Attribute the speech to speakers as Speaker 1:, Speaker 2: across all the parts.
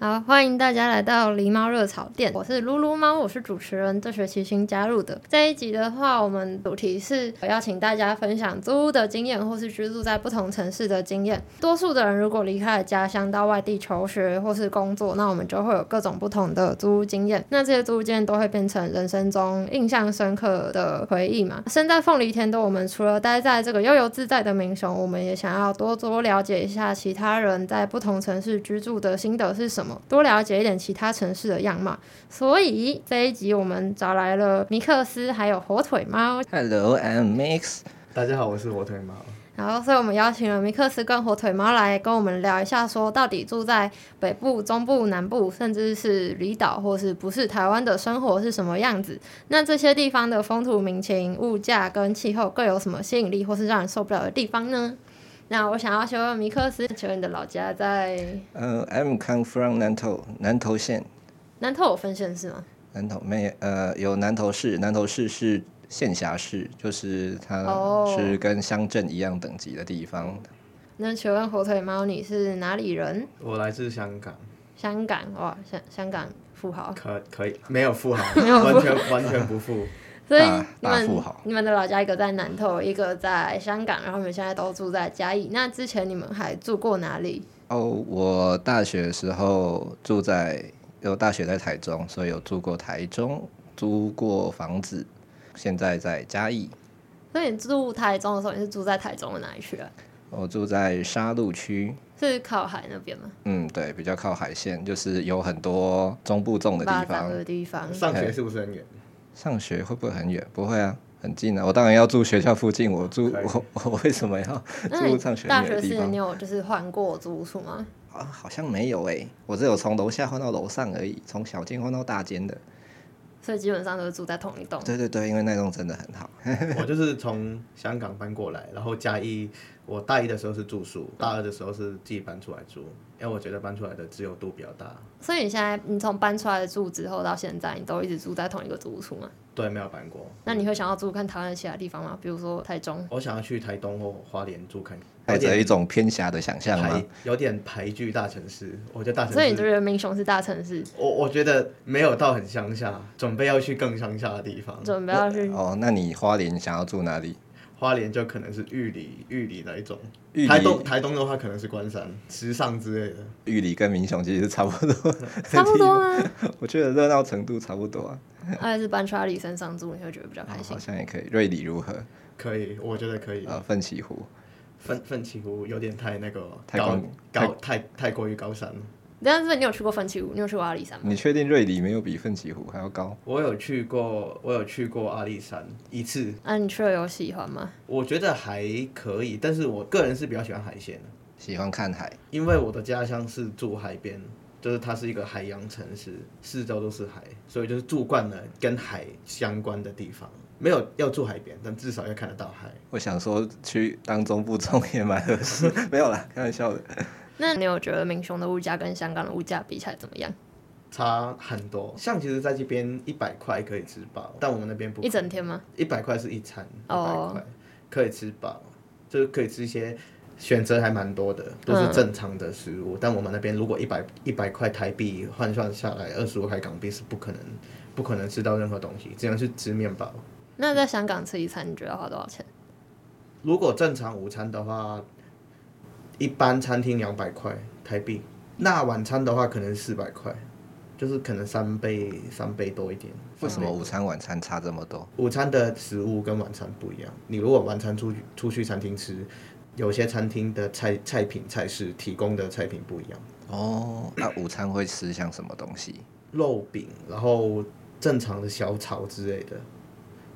Speaker 1: 好，欢迎大家来到狸猫热炒店，我是噜噜猫，我是主持人，这学期新加入的。这一集的话，我们主题是呃邀请大家分享租屋的经验，或是居住在不同城市的经验。多数的人如果离开了家乡到外地求学或是工作，那我们就会有各种不同的租屋经验。那这些租屋经验都会变成人生中印象深刻的回忆嘛。身在凤梨田的我们，除了待在这个悠游自在的民雄，我们也想要多多了解一下其他人在不同城市居住的心得是什么，多了解一点其他城市的样貌。所以这一集我们找来了尼克斯还有火腿猫，
Speaker 2: Hello，I'm Max。
Speaker 3: 大家好，我是火腿猫。
Speaker 1: 然后，所以我们邀请了米克斯跟火腿猫来跟我们聊一下，说到底住在北部、中部、南部，甚至是离岛，或是不是台湾的生活是什么样子？那这些地方的风土民情、物价跟气候各有什么吸引力，或是让人受不了的地方呢？那我想要询问米克斯，请问你的老家在
Speaker 4: 呃、i m come from 南投，南投县，
Speaker 1: 南投有分县市吗？
Speaker 4: 南投没呃有南投市，南投市是县辖市，就是它
Speaker 1: 哦
Speaker 4: 是跟乡镇一样等级的地方。
Speaker 1: 那请问火腿猫，你是哪里人？
Speaker 3: 我来自香港，
Speaker 1: 香港哇，香香港富豪，
Speaker 3: 可可以没有富豪，
Speaker 1: 没有富
Speaker 3: 完全完全不 富。
Speaker 1: 所以
Speaker 4: 大
Speaker 1: 你
Speaker 4: 大富
Speaker 1: 们
Speaker 4: 豪
Speaker 1: 你们的老家一个在南投，一个在香港，然后你们现在都住在嘉义。那之前你们还住过哪里？
Speaker 4: 哦，我大学的时候住在，有大学在台中，所以有住过台中，租过房子，现在在嘉义，
Speaker 1: 所以你住台中的时候，你是住在台中的哪一区啊？
Speaker 4: 我住在沙鹿区。
Speaker 1: 是靠海那边吗？
Speaker 4: 嗯，对，比较靠海线，就是有很多中部纵的
Speaker 1: 巴
Speaker 4: 地
Speaker 1: 掌
Speaker 4: 方。
Speaker 1: 的地 方。
Speaker 3: 上学是不是很远？
Speaker 4: 上学会不会很远？不会啊，很近啊。我当然要住学校附近，我住
Speaker 3: 可以
Speaker 4: 我 我为什么要
Speaker 1: 那你
Speaker 4: 住上学
Speaker 1: 大
Speaker 4: 远
Speaker 1: 学
Speaker 4: 的地
Speaker 1: 四年你
Speaker 4: 方？
Speaker 1: 有就是换过住宿吗？
Speaker 4: 啊，好像没有诶、我只有从楼下换到楼上而已，从小间换到大间的。
Speaker 1: 所以基本上都是住在同一栋。
Speaker 4: 对对对，因为那栋真的很好。
Speaker 3: 我就是从香港搬过来，然后加一，我大一的时候是住宿，大二的时候是自己搬出来住，因为我觉得搬出来的自由度比较大。
Speaker 1: 所以你现在你从搬出来住之后到现在，你都一直住在同一个租屋处吗？
Speaker 4: 嗯
Speaker 3: 对，没有搬过。
Speaker 1: 那你会想要住看台湾的其他地方吗？比如说台中？
Speaker 3: 我想要去台东或花莲住看，
Speaker 1: 哎
Speaker 4: 带着一
Speaker 3: 有点
Speaker 4: 种偏狭的想象吗
Speaker 3: 排？有点排拒大城市，我觉得大城
Speaker 1: 所以你就
Speaker 3: 市。
Speaker 1: 觉得民雄是大城市，
Speaker 3: 我我觉得没有到很乡下，准备要去更乡下的地方。
Speaker 1: 准备要去
Speaker 4: 哦，那你花莲想要住哪里？
Speaker 3: 花莲就可能是玉里，玉里那一种。
Speaker 4: 玉
Speaker 3: 台东
Speaker 4: 里，
Speaker 3: 台东的话可能是关山、时尚之类的。
Speaker 4: 玉里跟民雄其实差不 多，
Speaker 1: 差不多吗？
Speaker 4: 我觉得热闹程度差不多啊。
Speaker 1: 而且是搬查理身上住，你会觉得比较开
Speaker 4: 哦
Speaker 1: 心
Speaker 4: 好。像也可以。瑞里如何？
Speaker 3: 可以，我觉得可以。
Speaker 4: 呃，奋起湖。
Speaker 3: 奋奋起湖有点太那个
Speaker 4: 太
Speaker 3: 高
Speaker 4: 光
Speaker 3: 高太太过于高山了。
Speaker 1: 但是你有去过奋起湖，你有去过阿里山吗？
Speaker 4: 你确定瑞里没有比奋起湖还要高？
Speaker 3: 我有去过，我有去过阿里山一次，
Speaker 1: 啊，你去了有喜欢吗？
Speaker 3: 我觉得还可以，但是我个人是比较喜欢海鲜的，
Speaker 4: 喜欢看海。
Speaker 3: 因为我的家乡是住海边，就是它是一个海洋城市，四周都是海，所以就是住惯了跟海相关的地方。没有要住海边，但至少要看得到海。
Speaker 4: 我想说去当中部中也蛮合适， 没有啦，开玩笑的。
Speaker 1: 那你有觉得民雄的物价跟香港的物价比起来怎么样？
Speaker 3: 差很多，像其实在这边一百块可以吃饱，但我们那边不可以
Speaker 1: 一整天吗？
Speaker 3: 一百块是一餐，一
Speaker 1: 哦
Speaker 3: 百块可以吃饱，就是可以吃一些选择还蛮多的，都是正常的食
Speaker 1: 嗯
Speaker 3: 物。但我们那边如果一百一百块台币换算下来二十五块港币是不可能不可能吃到任何东西，只能去吃面包。
Speaker 1: 那在香港吃一餐，你觉得要花多少钱？
Speaker 3: 如果正常午餐的话，一般餐厅两百块台币，那晚餐的话可能四百块，就是可能三倍三倍多一点。
Speaker 4: 为什么午餐晚餐差这么多？
Speaker 3: 午餐的食物跟晚餐不一样，你如果晚餐出去出去餐厅吃，有些餐厅的菜菜品菜式提供的菜品不一样，
Speaker 4: 哦，那午餐会吃像什么东西？
Speaker 3: 肉饼，然后正常的小炒之类的，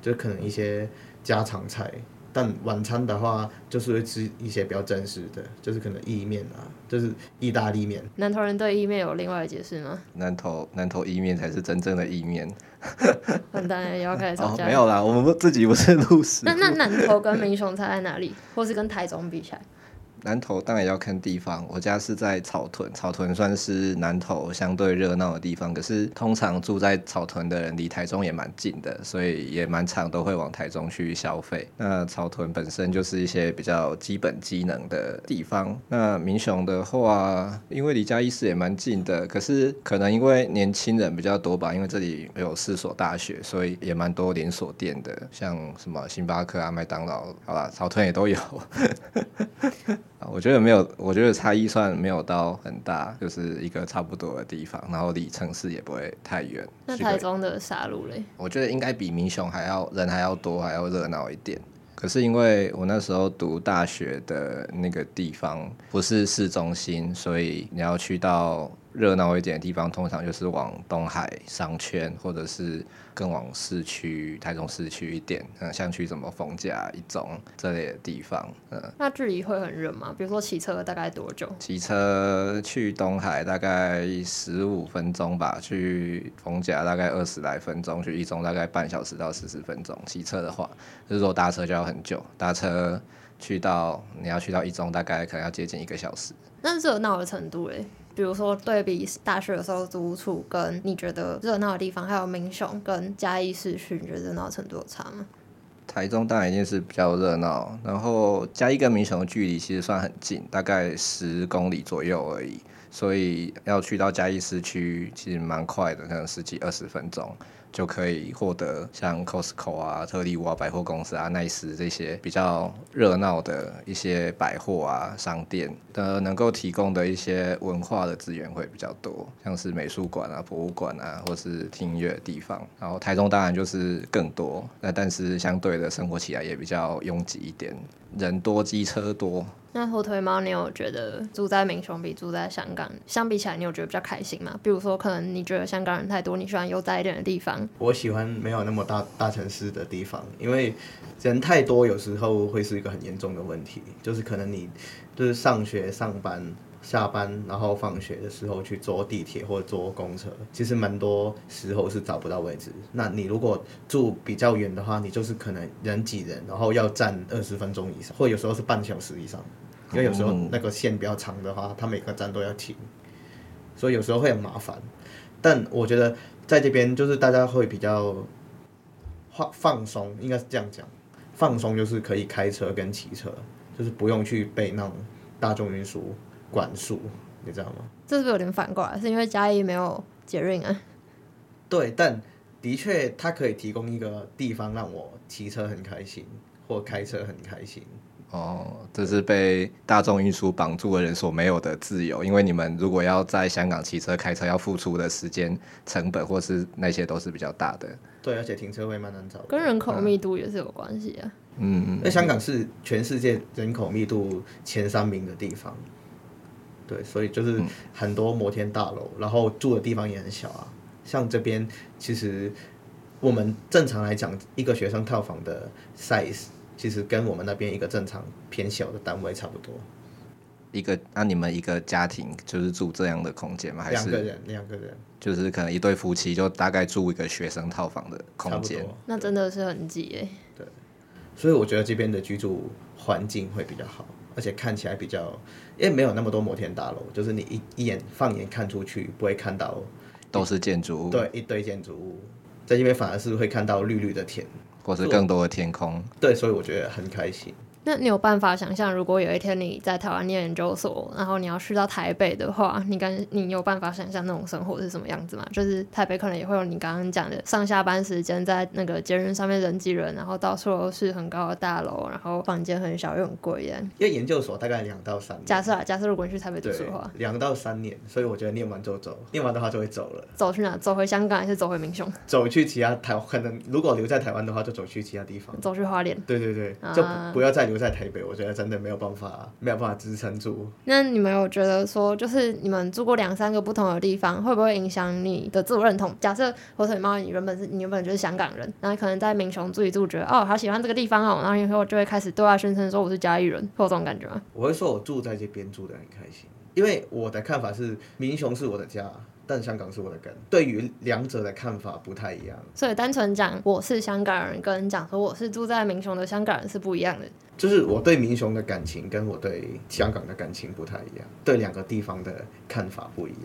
Speaker 3: 就可能一些家常菜。但晚餐的话，就是会吃一些比较正式的，就是可能意面啊，就是意大利面。
Speaker 1: 南投人对意面有另外的解释吗？
Speaker 4: 南投南投意面才是真正的意面
Speaker 1: 很当然也要开始
Speaker 4: 哦
Speaker 1: 吵，架。
Speaker 4: 没有啦，我们不自己不是路食
Speaker 1: 那。那南投跟民雄差在哪里？或是跟台中比起来？
Speaker 4: 南投当然要看地方，我家是在草屯，草屯算是南投相对热闹的地方，可是通常住在草屯的人离台中也蛮近的，所以也蛮常都会往台中去消费。那草屯本身就是一些比较基本机能的地方。那民雄的话，因为离嘉义市也蛮近的，可是可能因为年轻人比较多吧，因为这里有四所大学，所以也蛮多连锁店的，像什么星巴克啊、麦当劳，好啦，草屯也都有。啊，我觉得没有，我觉得差异算没有到很大，就是一个差不多的地方，然后离城市也不会太远。
Speaker 1: 那
Speaker 4: 是一个
Speaker 1: 台中的沙鹿嘞？
Speaker 4: 我觉得应该比民雄还要人还要多，还要热闹一点。可是因为我那时候读大学的那个地方不是市中心，所以你要去到热闹一点的地方，通常就是往东海商圈，或者是更往市区、台中市区一点，嗯，像去什么逢甲、一中这类的地方，嗯。
Speaker 1: 那距离会很远吗？比如说骑车大概多久？
Speaker 4: 骑车去东海大概十五分钟吧，去逢甲大概二十来分钟，去一中大概半小时到四十分钟。骑车的话，就是说搭车就要很久，搭车去到你要去到一中大概可能要接近一个小时。
Speaker 1: 那热闹的程度嘞？比如说对比大学的时候租屋处，跟你觉得热闹的地方，还有民雄跟嘉义市区，你觉得热闹程度有差吗？
Speaker 4: 台中当然一定是比较热闹，然后嘉义跟民雄的距离其实算很近，大概十公里左右而已，所以要去到嘉义市区其实蛮快的，可能十几二十分钟就可以获得像 Costco 啊、特力屋啊、百货公司啊、奈斯这些比较热闹的一些百货啊商店的能够提供的一些文化的资源会比较多，像是美术馆啊、博物馆啊，或是听音乐的地方。然后台中当然就是更多，那但是相对的生活起来也比较拥挤一点，人多机车多。
Speaker 1: 那火腿猫，你有觉得住在民雄比住在香港相比起来，你有觉得比较开心吗？比如说，可能你觉得香港人太多，你喜欢悠哉一点的地方，
Speaker 3: 我喜欢没有那么大大城市的地方，因为人太多，有时候会是一个很严重的问题。就是可能你就是上学、上班、下班，然后放学的时候去坐地铁或者坐公车，其实蛮多时候是找不到位置。那你如果住比较远的话，你就是可能人挤人，然后要站二十分钟以上，或有时候是半小时以上，因为有时候那个线比较长的话，它每个站都要停，所以有时候会很麻烦。但我觉得在这边就是大家会比较放放松，应该是这样讲，放松就是可以开车跟骑车，就是不用去被那种大众运输管束，你知道吗？
Speaker 1: 这是不是有点反过来？是因为嘉义没有捷运啊？
Speaker 3: 对，但的确它可以提供一个地方让我骑车很开心，或开车很开心。
Speaker 4: 哦，这是被大众运输绑住的人所没有的自由，因为你们如果要在香港骑车、开车，要付出的时间成本或是那些都是比较大的。
Speaker 3: 对，而且停车位蛮难找的。
Speaker 1: 跟人口密度也是有关系啊。
Speaker 4: 嗯，
Speaker 3: 那香港是全世界人口密度前三名的地方，对，所以就是
Speaker 4: 嗯
Speaker 3: 很多摩天大楼，然后住的地方也很小啊。像这边其实我们正常来讲，一个学生套房的 size 其实跟我们那边一个正常偏小的单位差不多，
Speaker 4: 一个那、你们一个家庭就是住这样的空间吗？还
Speaker 3: 两个
Speaker 4: 是
Speaker 3: 人，两个人
Speaker 4: 就是可能一对夫妻就大概住一个学生套房的
Speaker 3: 差
Speaker 4: 空
Speaker 3: 不
Speaker 4: 间？
Speaker 3: 多。
Speaker 1: 那真的是很挤欸诶、
Speaker 3: 所以我觉得这边的居住环境会比较好，而且看起来比较，因为没有那么多摩天大楼，就是你一一眼放眼看出去不会看到。
Speaker 4: 都是建筑物，
Speaker 3: 对，一堆建筑物，在这边反而是会看到绿绿的田，
Speaker 4: 或是更多的天空。
Speaker 3: 对，所以我觉得很开心。
Speaker 1: 那你有办法想象，如果有一天你在台湾念研究所，然后你要去到台北的话，你跟你有办法想象那种生活是什么样子吗？就是台北可能也会有你刚刚讲的上下班时间在那个捷运上面人挤人，然后到处都是很高的大楼，然后房间很小又很贵耶。
Speaker 3: 因为研究所大概两到三年，
Speaker 1: 假设啊，假设如果你去台北读
Speaker 3: 对
Speaker 1: 书的话，
Speaker 3: 两到三年，所以我觉得念完就走，念完的话就会走了，
Speaker 1: 走去哪？走回香港还是走回民雄？
Speaker 3: 走去其他台，可能如果留在台湾的话，就走去其他地方。
Speaker 1: 走去花莲？
Speaker 3: 对对对，
Speaker 1: 啊
Speaker 3: 就不不要再留在台北，我觉得真的没有办法，没有办法支撑住。
Speaker 1: 那你们有觉得说，就是你们住过两三个不同的地方，会不会影响你的自我认同？假设火腿猫，你原本是你原本就是香港人，然后可能在民雄住一住，觉得哦好喜欢这个地方哦，然后以后就会开始对外宣称说我是嘉义人，会有这种感觉吗？
Speaker 3: 我会说我住在这边住的很开心，因为我的看法是，民雄是我的家，但香港是我的根。对于两者的看法不太一样，
Speaker 1: 所以单纯讲我是香港人，跟讲说我是住在民雄的香港人是不一样的。
Speaker 3: 就是我对民雄的感情跟我对香港的感情不太一样，对两个地方的看法不一样。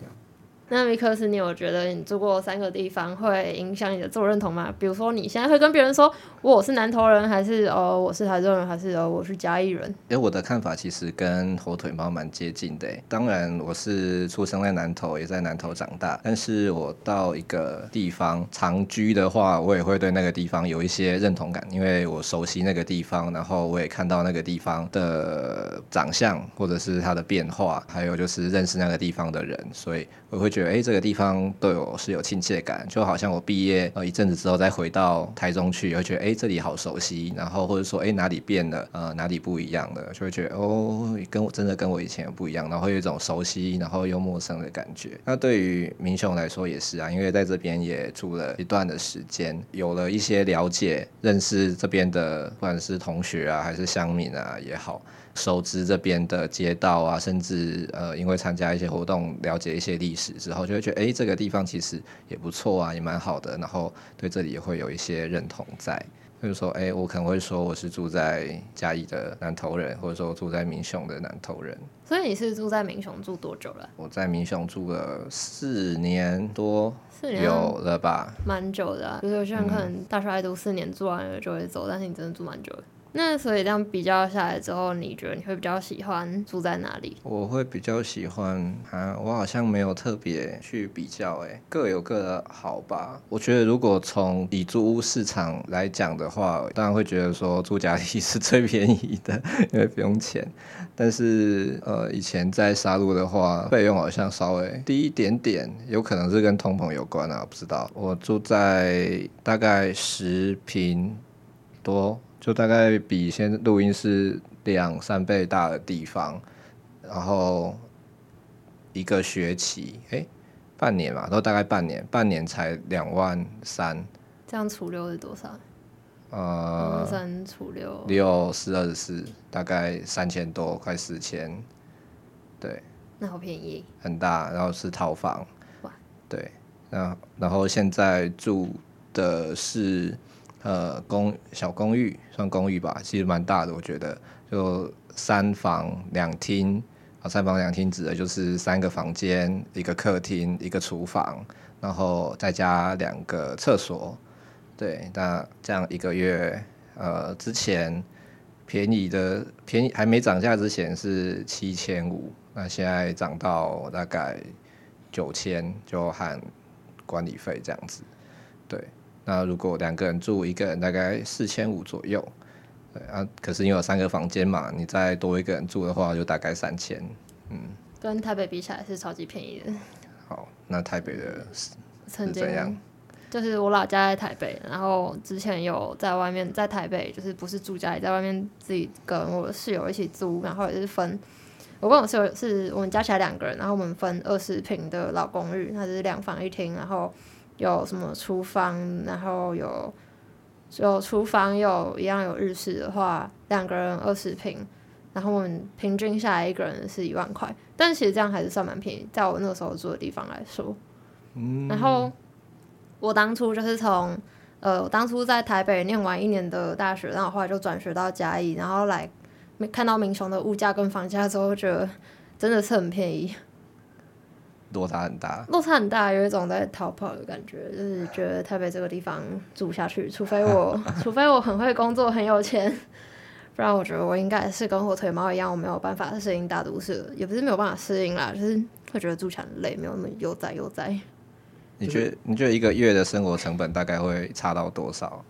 Speaker 1: 那米克斯，你有觉得你住过三个地方会影响你的自我认同吗？比如说你现在会跟别人说我是南投人，还是哦我是台中人，还是哦我是嘉义人？
Speaker 4: 哎，我的看法其实跟火腿猫蛮接近的诶。欸当然，我是出生在南投，也在南投长大，但是我到一个地方长居的话，我也会对那个地方有一些认同感，因为我熟悉那个地方，然后我也看到那个地方的长相或者是它的变化，还有就是认识那个地方的人，所以我会觉得，哎，这个地方对我是有亲切感，就好像我毕业呃一阵子之后再回到台中去，也会觉得，哎，这里好熟悉，然后或者说，哎，哪里变了，呃，哪里不一样了，就会觉得，哦，跟我真的跟我以前不一样，然后有一种熟悉，然后又陌生的感觉。那对于民雄来说也是啊，因为在这边也住了一段的时间，有了一些了解，认识这边的，不管是同学啊，还是乡民啊也好，熟知这边的街道啊，甚至呃，因为参加一些活动，了解一些历史之后，就会觉得哎、诶这个地方其实也不错啊，也蛮好的，然后对这里也会有一些认同在。就是说，哎、我可能会说我是住在嘉义的南投人，或者说住在民雄的南投人。
Speaker 1: 所以你是住在民雄住多久了？
Speaker 4: 我在民雄住了四年多，
Speaker 1: 四年
Speaker 4: 有了吧？
Speaker 1: 蛮久的、啊，就是有些人可能大学来读四年，住完了就会走，但是你真的住蛮久的。那所以这样比较下来之后，你觉得你会比较喜欢住在哪里？
Speaker 4: 我会比较喜欢啊，我好像没有特别去比较、欸，各有各的好吧。我觉得如果从以租屋市场来讲的话，当然会觉得说住家里是最便宜的，因为不用钱。但是呃，以前在沙鹿的话，费用好像稍微低一点点，有可能是跟通膨有关啊，不知道。我住在大概十平多，就大概比现在录音室两三倍大的地方，然后一个学期，诶，半年嘛，都大概半年，半年才两万三，
Speaker 1: 这样除六是多少？
Speaker 4: 呃
Speaker 1: 嗯，，三除六，
Speaker 4: 六四二十四，大概三千多，快四千，对，
Speaker 1: 那好便宜。
Speaker 4: 很大，然后是套房
Speaker 1: 哇，
Speaker 4: 对，那然后现在住的是呃公小公寓，算公寓吧，其实蛮大的，我觉得就三房两厅啊，三房两厅指的就是三个房间，一个客厅，一个厨房，然后再加两个厕所，对，那这样一个月呃之前。便宜的便宜还没涨价之前是七千五，那现在涨到大概九千，就含管理费这样子。对，那如果两个人住，一个人大概四千五左右。对啊，可是因为有三个房间嘛，你再多一个人住的话，就大概三千。
Speaker 1: 跟台北比起来是超级便宜的。
Speaker 4: 好，那台北的是
Speaker 1: 曾
Speaker 4: 怎样
Speaker 1: 经就是我老家在台北，然后之前有在外面在台北，就是不是住家里，在外面自己跟我室友一起租，然后也是分。我跟我室友是我们加起来两个人，然后我们分二十平的老公寓，它就是两房一厅，然后有什么厨房，然后有有厨房有一样有日式的话，两个人二十平，然后我们平均下来一个人是一万块，但其实这样还是算蛮便宜，在我那个时候住的地方来说。然后我当初就是从呃，我当初在台北念完一年的大学，然后我后来就转学到嘉义，然后来看到民雄的物价跟房价之后，觉得真的是很便宜，
Speaker 4: 落差很大。
Speaker 1: 落差很大，有一种在逃跑的感觉，就是觉得台北这个地方住不下去，除非我除非我很会工作，很有钱。不然我觉得我应该是跟火腿猫一样，我没有办法适应大都市，也不是没有办法适应啦，就是会觉得住起来很累，没有那么悠哉悠哉。
Speaker 4: 你觉得你觉得一个月的生活成本大概会差到多少？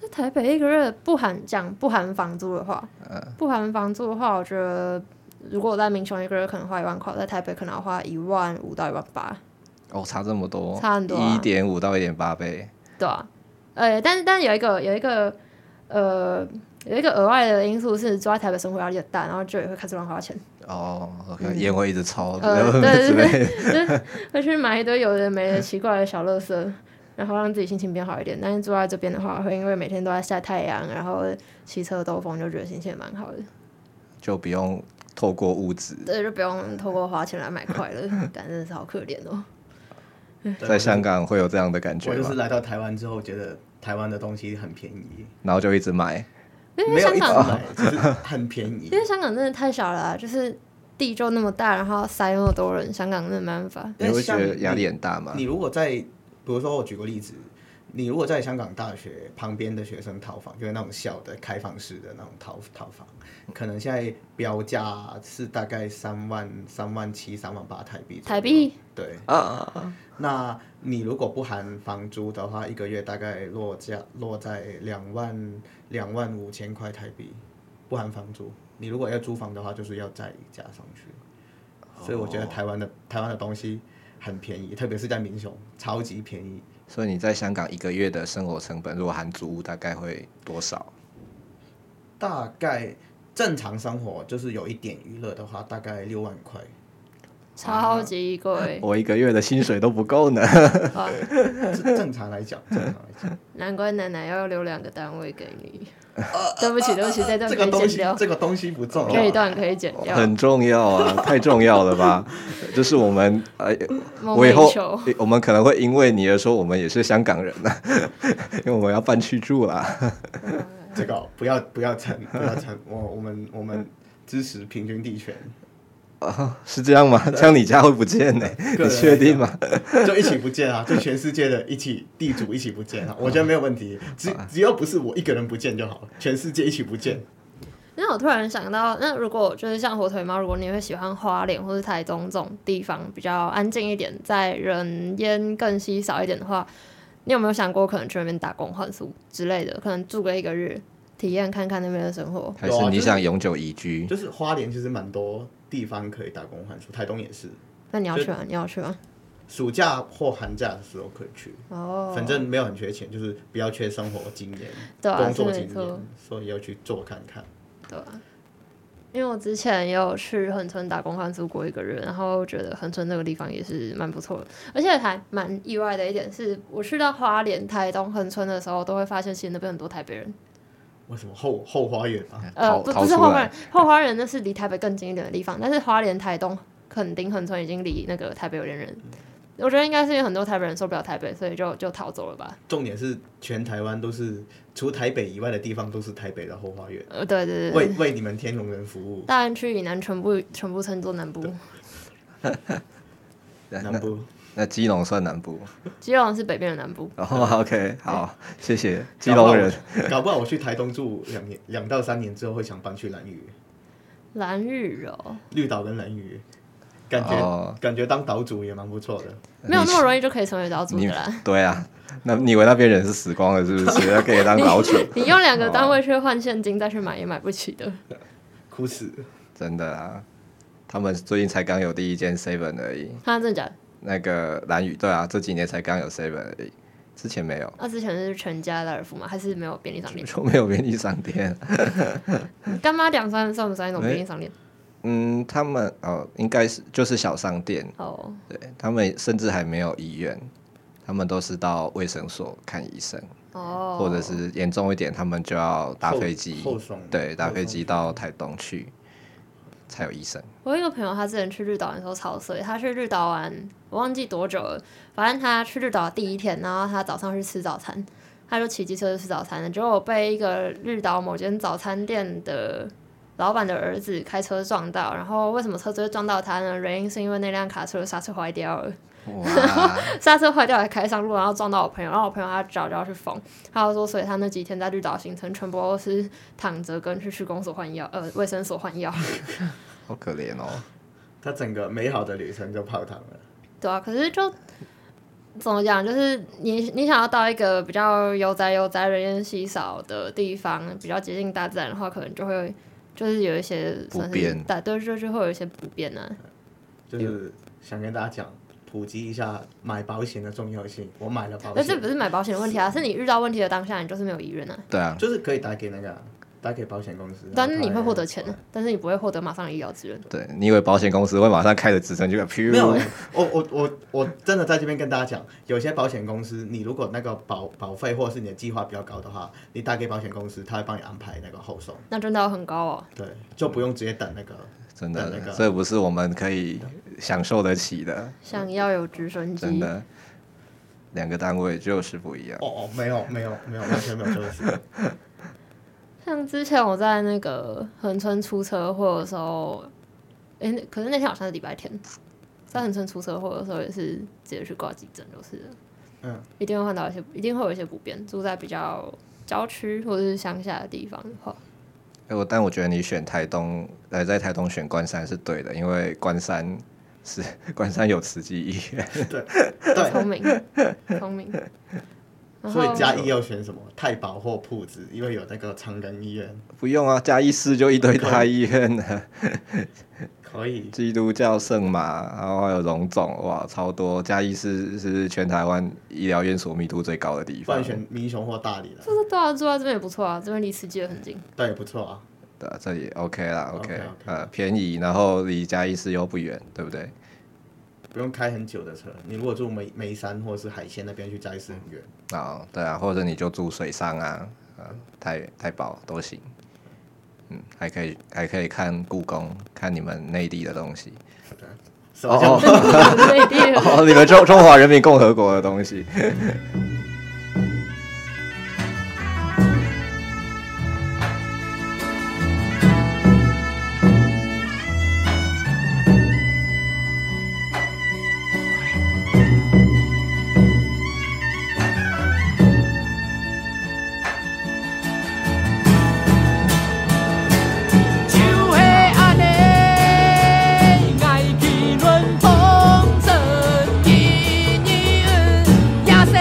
Speaker 1: 在台北一个月不含讲不含房租的话，不含房租的话，我觉得如果我在民雄一个月可能花一万块，在台北可能要花一万五到一万八，
Speaker 4: 哦，差这么多，
Speaker 1: 差很多啊
Speaker 4: 一点五到一点八倍。
Speaker 1: 对啊，呃，但是但是有一个有一个呃有一个额外的因素是住在台北生活压力很大，然后就也会开始乱花钱，
Speaker 4: 哦，OK，烟会一直抽，
Speaker 1: 呃
Speaker 4: 之类的。
Speaker 1: 会去买一堆有的没的奇怪的小垃圾，然后让自己心情变好一点。但是住在这边的话，会因为每天都在晒太阳，然后骑车兜风，就觉得心情也蛮好的。
Speaker 4: 就不用透过物质。
Speaker 1: 对，就不用透过花钱来买快乐，感觉真的是好可怜哦。
Speaker 3: 对
Speaker 4: 在香，港会有这样的感
Speaker 3: 我
Speaker 4: 觉
Speaker 3: 就是我就是
Speaker 4: 吗？
Speaker 3: 来到台湾之后，觉得台湾的东西很便宜，
Speaker 4: 然后就一直买，
Speaker 1: 因为
Speaker 3: 没有
Speaker 1: 香
Speaker 3: 一直
Speaker 1: 港，
Speaker 3: 买，只是很便宜
Speaker 1: 因。为香港真的太小了啊、就是地就那么大，然后塞那么多人，香港真的没办法。
Speaker 4: 你
Speaker 3: 因为
Speaker 4: 会觉
Speaker 3: 像
Speaker 4: 得压力
Speaker 3: 你
Speaker 4: 很大吗
Speaker 3: 你？如果在，比如说我举个例子，你如果在香港大学旁边的学生套房，就是那种小的开放式的那种套套房，可能现在标价是大概三万、三万七、三万八台币。
Speaker 1: 台币。
Speaker 3: 对，
Speaker 4: 啊，
Speaker 3: 那你如果不含房租的话，一个月大概落价落在两万两万五千块台币，不含房租。你如果要租房的话，就是要再加上去。所以我觉得台湾的、台湾的东西很便宜，特别是在民雄，超级便宜。
Speaker 4: 所以你在香港一个月的生活成本，如果含租屋，大概会多少？
Speaker 3: 大概正常生活就是有一点娱乐的话，大概六万块。啊
Speaker 1: 超 级贵，
Speaker 4: 我一个月的薪水都不够呢。
Speaker 1: 哇
Speaker 3: 这正常来讲，正常来 讲，
Speaker 1: 难怪奶奶要留两个单位给你。 对不起，对不起，这段
Speaker 3: 这
Speaker 1: 可
Speaker 3: 个
Speaker 1: 以
Speaker 3: 东
Speaker 1: 剪
Speaker 3: 西哦
Speaker 1: 掉，
Speaker 3: 这个东西不重
Speaker 1: 这一
Speaker 3: 要。啊
Speaker 1: 段可以剪掉。
Speaker 4: 很重要啊，太重要了 吧？这是我们呃，
Speaker 1: 梦
Speaker 4: 我以
Speaker 1: 寐以
Speaker 4: 后
Speaker 1: 求，
Speaker 4: 我们可能会因为你而说我们也是香港人啊， 因为我们要搬去住啦。
Speaker 3: 这个哦不要不要蹭，不要蹭。我我们我们支持平均地权，
Speaker 4: 啊是这样吗？这样你家会不见呢、你
Speaker 3: 个人
Speaker 4: 确定吗？
Speaker 3: 就一起不见啊，就全世界的一起地主一起不见啊，我觉得没有问题，只只要不是我一个人不见就好了，全世界一起不见。
Speaker 1: 那我突然想到，那如果就是像火腿猫，如果你会喜欢花莲或是台东这种地方比较安静一点，在人烟更稀少一点的话，你有没有想过可能去那边打工换宿之类的，可能住个一个月，体验看看那边的生活？
Speaker 4: 还是你想永久移居？
Speaker 3: 就是花莲其实蛮多地方可以打工换宿，台东也是，
Speaker 1: 那你要去吗？你要去吗？
Speaker 3: 暑假或寒假的时候可以去，
Speaker 1: 哦，
Speaker 3: 反正没有很缺钱，就是不要缺生活经验、
Speaker 1: 对啊，
Speaker 3: 工
Speaker 1: 是
Speaker 3: 作
Speaker 1: 没
Speaker 3: 经
Speaker 1: 错
Speaker 3: 验，，所以要去做看看。
Speaker 1: 对啊。因为我之前也有去恒春打工换宿过一个月，然后觉得恒春这个地方也是蛮不错的，而且还蛮意外的一点是，我去到花莲、台东、恒春的时候，都会发现其实那边很多台北人。
Speaker 3: 为什么后后花园啊？
Speaker 1: 呃，
Speaker 4: 逃
Speaker 1: 不
Speaker 4: 逃
Speaker 1: 不是
Speaker 4: 出
Speaker 1: 后花
Speaker 4: 来
Speaker 1: 园，后花园那是离台北更近一点的地方，但是花莲、台东、垦丁、恒春已经离那个台北有点远。我觉得应该是因为很多台北人受不了台北，所以就就逃走了吧。
Speaker 3: 重点是全台湾都是，除台北以外的地方都是台北的后花园，
Speaker 1: 呃，对对对
Speaker 3: 为
Speaker 1: 对，
Speaker 3: 为你们天龙人服务，
Speaker 1: 大安区以南全部全部称作南部，
Speaker 3: 南部。
Speaker 4: 那基隆算南部？
Speaker 1: 基隆是北边的南部。
Speaker 4: 然后 OK，好，谢谢基隆人。
Speaker 3: 搞不好我去台东住两年，两到三年之后会想搬去兰屿、
Speaker 1: 蓝日哦，
Speaker 3: 绿岛跟兰屿，感觉、
Speaker 4: 哦
Speaker 3: 感觉当岛主也蛮不错的。
Speaker 1: 没有那么容易就可以成为岛主的
Speaker 4: 你
Speaker 1: 啦。
Speaker 4: 对啊，那你以为那边人是死光了是不 是？要给当老鼠？
Speaker 1: 你用两个单位去换现金再去买也买不起 的。
Speaker 3: 哭死！
Speaker 4: 真的啊，他们最近才刚有第一间 Seven 而已。
Speaker 1: 他真的假的？
Speaker 4: 那个蓝宇，对啊，这几年才刚有 Seven 而已，之前没有，
Speaker 1: 那、啊之前是全家的尔夫吗？还是没有便利商店？
Speaker 4: 就没有便利商店。
Speaker 1: 干妈两算算不算一种
Speaker 4: 没
Speaker 1: 便利商店？
Speaker 4: 嗯，他们哦，应该是就是小商店，
Speaker 1: 哦，
Speaker 4: 对他们甚至还没有医院，他们都是到卫生所看医生，
Speaker 1: 哦，
Speaker 4: 或者是严重一点，他们就要搭
Speaker 3: 后
Speaker 4: 飞机
Speaker 3: 后送，
Speaker 4: 对，搭
Speaker 3: 后
Speaker 4: 飞
Speaker 3: 送
Speaker 4: 机到台东去才有医生。
Speaker 1: 我有一个朋友，他之前去日岛的时候超衰，他去日岛玩，我忘记多久了，反正他去日岛第一天，然后他早上去吃早餐，他就骑机车去吃早餐了，结果被一个日岛某间早餐店的老板的儿子开车撞到，然后为什么车子会撞到他呢？原因是因为那辆卡车的刹车坏掉了。
Speaker 4: 哇，
Speaker 1: 刹车坏掉还开上路，然后撞到我朋友，然后我朋友他脚就要去缝，他就说，所以他那几天在绿岛行程全部都是躺着跟去去公所换药，呃，卫生所换药。
Speaker 4: 好可怜哦。
Speaker 3: 他整个美好的旅程就泡汤了。
Speaker 1: 对啊，可是就怎么讲，就是你你想要到一个比较悠哉悠哉、人烟稀少的地方，比较接近大自然的话，可能就会就是有一些
Speaker 4: 不
Speaker 1: 算是
Speaker 4: 便
Speaker 1: 对，对，就就会有一些不便啊呢、
Speaker 3: 就是想跟大家讲，普及一下买保险的重要性。我买
Speaker 4: 哦
Speaker 3: 了保
Speaker 1: 那
Speaker 3: 险，
Speaker 1: 这不是买保险的问题啊，是你遇到问题的当下，你就是没有意愿啊。
Speaker 4: 对啊，
Speaker 3: 就是可以打给那个啊打给保险公司，然
Speaker 1: 但是
Speaker 3: 后他
Speaker 1: 你会获得钱啊
Speaker 3: 来
Speaker 1: 的，但是你不会获得马上的医疗资源。
Speaker 4: 对，你以为保险公司会马上开着直升机？噗
Speaker 3: 没有，我我我我真的在这边跟大家讲，有些保险公司，你如果那个保保费或者是你的计划比较高的话，你打给保险公司，他会帮你安排那个后送，
Speaker 1: 那真的要很高哦。
Speaker 3: 对，就不用直接等那个。
Speaker 4: 真
Speaker 3: 那个
Speaker 4: 的，这不是我们可以享受得起的，
Speaker 1: 想要有直升机，
Speaker 4: 嗯真的。两个单位就是不一样。
Speaker 3: 哦哦，没有没有没有，完全没有这个事。
Speaker 1: 像之前我在那个横村出车祸的时候，诶，那可是那天好像是礼拜天，在横村出车祸的时候也是直接去挂急诊，就是了
Speaker 3: 嗯，
Speaker 1: 一定会换到一些，一定会有一些不便。住在比较郊区或者是乡下的地方的话，
Speaker 4: 哎我但我觉得你选台东，呃，在台东选关山是对的，因为关山是 关山有慈济医院，
Speaker 3: 对，
Speaker 1: 聪明，聪明。然
Speaker 3: 所
Speaker 1: 后
Speaker 3: 以加一要选什么太保或铺子，因为有那个长庚医院，
Speaker 4: 不用啊，嘉义市就一堆大医院了，
Speaker 3: 可以
Speaker 4: 基督教圣马，然后还有荣总，哇，超多。嘉义市是全台湾医疗院所密度最高的地
Speaker 3: 不
Speaker 4: 方
Speaker 3: 然，选民雄或大理了
Speaker 1: 就，是对啊，住在这边也不错啊，这边离世界很近。
Speaker 3: 对，不错啊。
Speaker 4: 对啊，这里 OK 啦
Speaker 3: OK，OK
Speaker 4: 呃，便宜，然后离嘉义市又不远，对不对？
Speaker 3: 不用开很久的车，你如果住梅梅山或者是海鲜那边去嘉义市很远，
Speaker 4: 啊、对啊，或者你就住水上啊，呃，太太保都行。嗯，还可以还可以看故宫，看你们内地的东西。
Speaker 3: 什
Speaker 4: 哦
Speaker 3: 么叫
Speaker 1: 内地人
Speaker 4: 哦，你 们中中华人民共和国的东西。
Speaker 5: 就会安尼，爱去论风尘，今年夜色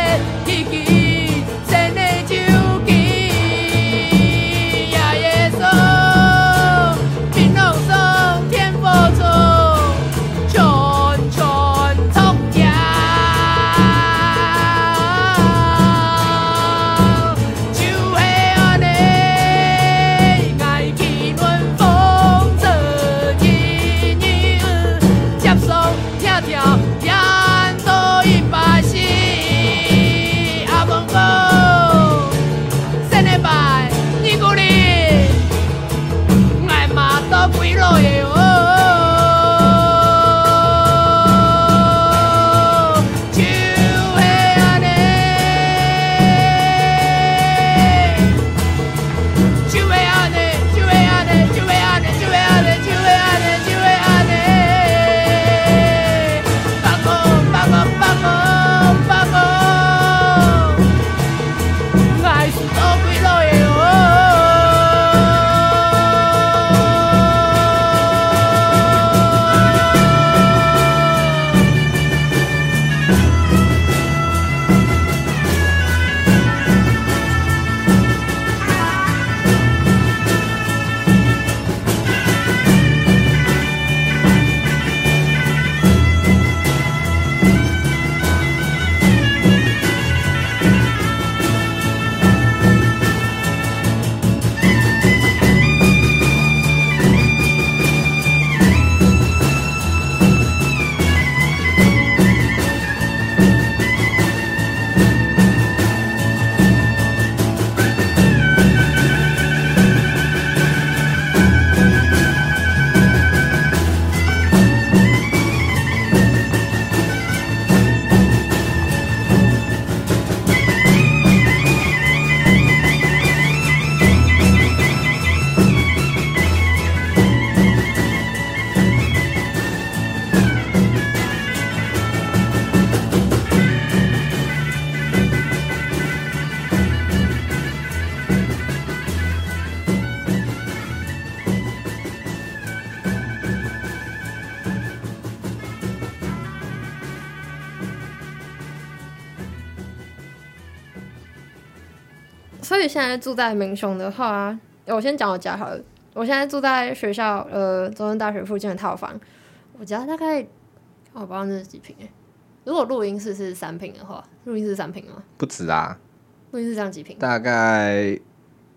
Speaker 1: 柯宇现在住在民雄的话，我先讲我家好了。我现在住在学校呃中山大学附近的套房，我家大概哦我不知道那是几平哎、如果录音室是三平的话，录音室三平吗？
Speaker 4: 不止啊，
Speaker 1: 录音室这样几平？
Speaker 4: 大概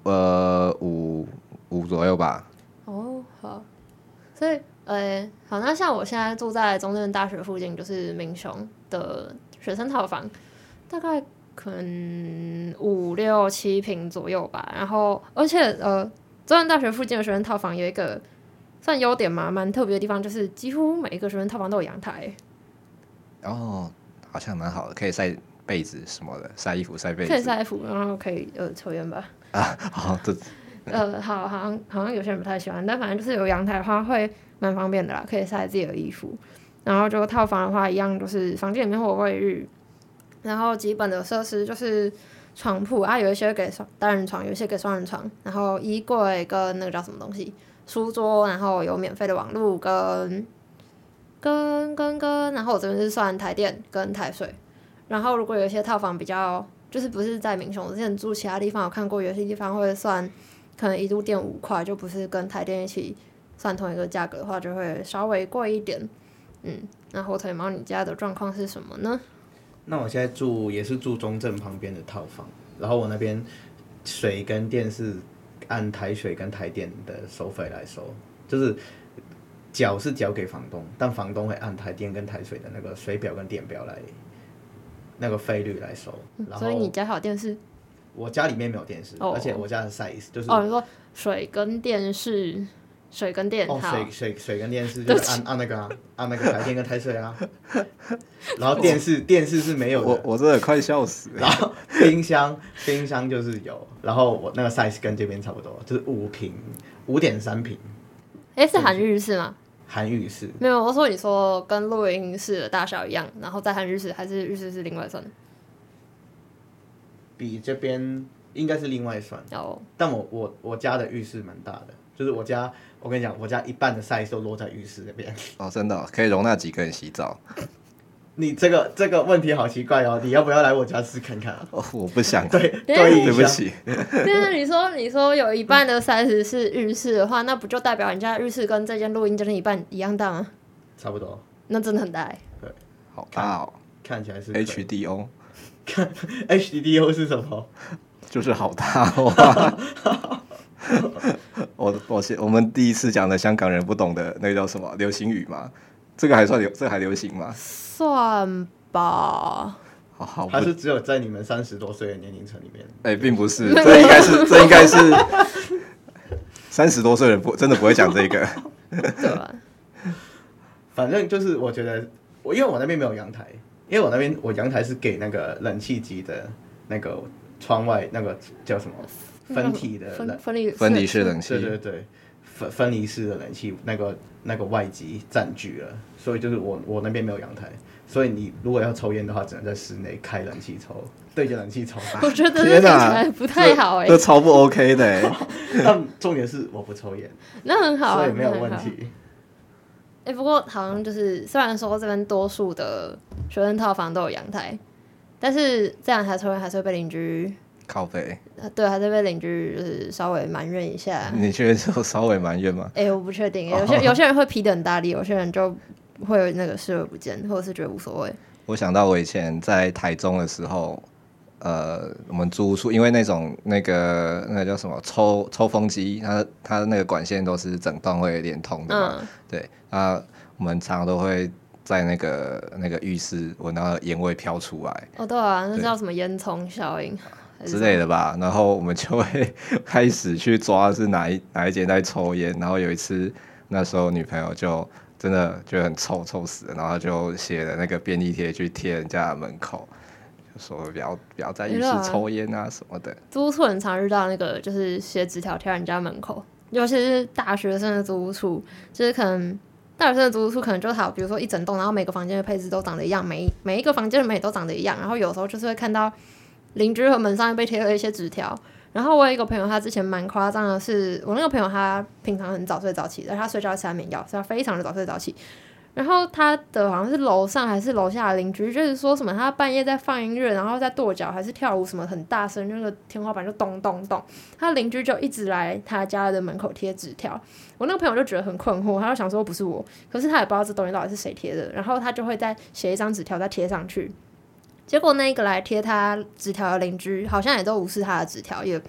Speaker 4: 呃五五左右吧。
Speaker 1: 哦，好，所以呃，好，那像我现在住在中正大学附近，就是民雄的学生套房，大概可能五六七平左右吧。然后，而且呃，中正大学附近的学生套房有一个算优点嘛，蛮特别的地方，就是几乎每一个学生套房都有阳台，
Speaker 4: 哦，好像蛮好的，可以晒被子什么的，晒衣服、晒被子。
Speaker 1: 可以晒衣服，然后可以呃抽烟吧。
Speaker 4: 好，这
Speaker 1: 呃，好，好像好像有些人不太喜欢，但反正就是有阳台的话会蛮方便的啦，可以晒自己的衣服。然后就套房的话，一样就是房间里面会有卫浴，然后基本的设施就是床铺啊，有一些给双单人床，有一些给双人床，然后衣柜跟那个叫什么东西，书桌，然后有免费的网络跟跟跟跟，然后我这边是算台电跟台水，然后如果有一些套房比较就是不是在民雄，我之前住其他地方有看过，有些地方会算可能一度电五块，就不是跟台电一起算同一个价格的话，就会稍微贵一点。嗯，那火腿毛你家的状况是什么呢？
Speaker 3: 那我现在住也是住中正旁边的套房，然后我那边水跟电是按台水跟台电的收费来收，就是缴是缴给房东，但房东会按台电跟台水的那个水表跟电表来那个费率来收。然
Speaker 1: 嗯所以你
Speaker 3: 后
Speaker 1: 家好电视
Speaker 3: 我家里面没有电视，
Speaker 1: 哦
Speaker 3: 而且我家是 size 就是
Speaker 1: 哦，你说水跟电视，水跟电
Speaker 3: 哦，
Speaker 1: 好，
Speaker 3: 水水水跟电视就是按按那个啊，按那个台电跟台水 啊，然后电视电视是没有
Speaker 4: 我
Speaker 3: 的，啊
Speaker 4: 我真的快笑死 了。
Speaker 3: 然后冰箱冰箱就是有，然后我那个 size 跟这边差不多，就是五平五点三平
Speaker 1: 诶，是含日式吗？
Speaker 3: 韩浴室，
Speaker 1: 没有，我说你说跟录音室的大小一样，然后再含日式，还是日式是另外算的？
Speaker 3: 比这边应该是另外算，
Speaker 1: 哦，
Speaker 3: 但我我我家的浴室蛮大的，就是我家我跟你讲，我家一半的 size 都落在浴室那边。
Speaker 4: 哦，真的哦、可以容纳几个人洗澡？
Speaker 3: 你这个这个问题好奇怪哦，你要不要来我家试看看啊？
Speaker 4: 哦，我不想。
Speaker 3: 对
Speaker 1: 对
Speaker 3: 对一
Speaker 4: 对不
Speaker 3: 下
Speaker 4: 起，
Speaker 1: 对啊，你说你说有一半的 size 是日式的话，那不就代表人家日式跟这间录音间的一半一样大吗？
Speaker 3: 差不多，
Speaker 1: 那真的很大、欸。
Speaker 4: 好大哦
Speaker 3: 看起来是可以
Speaker 4: ！HDO
Speaker 3: HDDO 是什么？
Speaker 4: 就是好大哦。我我先我们第一次讲的香港人不懂的那个叫什么流行语嘛？这个还算流，这个还流行吗？
Speaker 1: 算 吧，
Speaker 4: 好好不
Speaker 3: 它是只有在你们三十多岁的年龄层里面。
Speaker 4: 哎、并不是，这应该是，这应该是三十多岁的人不真的不会讲这 个。
Speaker 1: 对吧？
Speaker 3: 反正就是我觉得，我因为我那边没有阳台，因为我那边我阳台是给那个冷气机的那个窗外那个叫什么分体的
Speaker 1: 分
Speaker 3: 冷，
Speaker 1: 分离
Speaker 4: 分离式冷
Speaker 3: 对
Speaker 4: 气
Speaker 3: 对对，分分离式的冷气那个那个外机占据了，所以就是我我那边没有阳台。所以你如果要抽烟的话，只能在室内开冷气抽，对着冷 气抽。
Speaker 1: 我觉得这听
Speaker 4: 天
Speaker 1: 起
Speaker 4: 哪
Speaker 1: 来不太好哎、
Speaker 4: 这超不 OK 的、欸。
Speaker 3: 但重点是我不 抽烟，
Speaker 1: 那很好、啊，
Speaker 3: 所以没有
Speaker 1: 那很
Speaker 3: 问
Speaker 1: 好。
Speaker 3: 题。
Speaker 1: 哎、不过好像就是，虽然说这边多数的学生套房都有阳台，但是这样还是会还是会被邻居，
Speaker 4: 靠背，
Speaker 1: 呃对，还是被邻居就是稍微埋怨一下。
Speaker 4: 你觉得就稍微埋怨吗？
Speaker 1: 哎、我不确定，
Speaker 4: 哦
Speaker 1: 有些有些人会批得很大力，有些人就会有那个视而不见，或者是觉得无所谓。
Speaker 4: 我想到我以前在台中的时候，呃，我们租宿，因为那种那个那个叫什么抽抽风机，它它那个管线都是整段会连通的嘛。
Speaker 1: 嗯，
Speaker 4: 对，那我们常常都会在那个那个浴室闻到烟味飘出来。
Speaker 1: 哦对啊，那
Speaker 4: 对
Speaker 1: 叫什么烟囱效应还是
Speaker 4: 之类的吧，然后我们就会 开始去抓是哪一哪一间在抽烟，然后有一次那时候女朋友就真的觉得很臭，臭死了，然后就写了那个便利贴去贴人家的门口，就说不要不要在浴
Speaker 1: 没有
Speaker 4: 室
Speaker 1: 啊
Speaker 4: 抽烟啊什么的。
Speaker 1: 租处很常遇到那个，就是写纸条贴人家门口，尤其是大学生的租处，就是可能大学生的租处可能就好，比如说一整栋，然后每个房间的配置都长得一样，每一每一个房间的门也都长得一样，然后有时候就是会看到邻居和门上面被贴了一些纸条。然后我有一个朋友，他之前蛮夸张的是，我那个朋友他平常很早睡早起，而他睡觉吃安眠药，所以他非常的早睡早起。然后他的好像是楼上还是楼下的邻居，就是说什么他半夜在放音乐，然后在跺脚还是跳舞什么很大声，那个天花板就咚咚咚。他邻居就一直来他家的门口贴纸条。我那个朋友就觉得很困惑，他就想说不是我，可是他也不知道这东西到底是谁贴的，然后他就会再写一张纸条再贴上去。结果那一个来贴他纸条的邻居好像也都无视他的纸条，也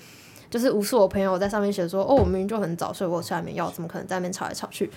Speaker 1: 就是无视我朋友在上面写说哦，我明明就很早睡，我有吃安眠药，怎么可能在那边吵来吵去？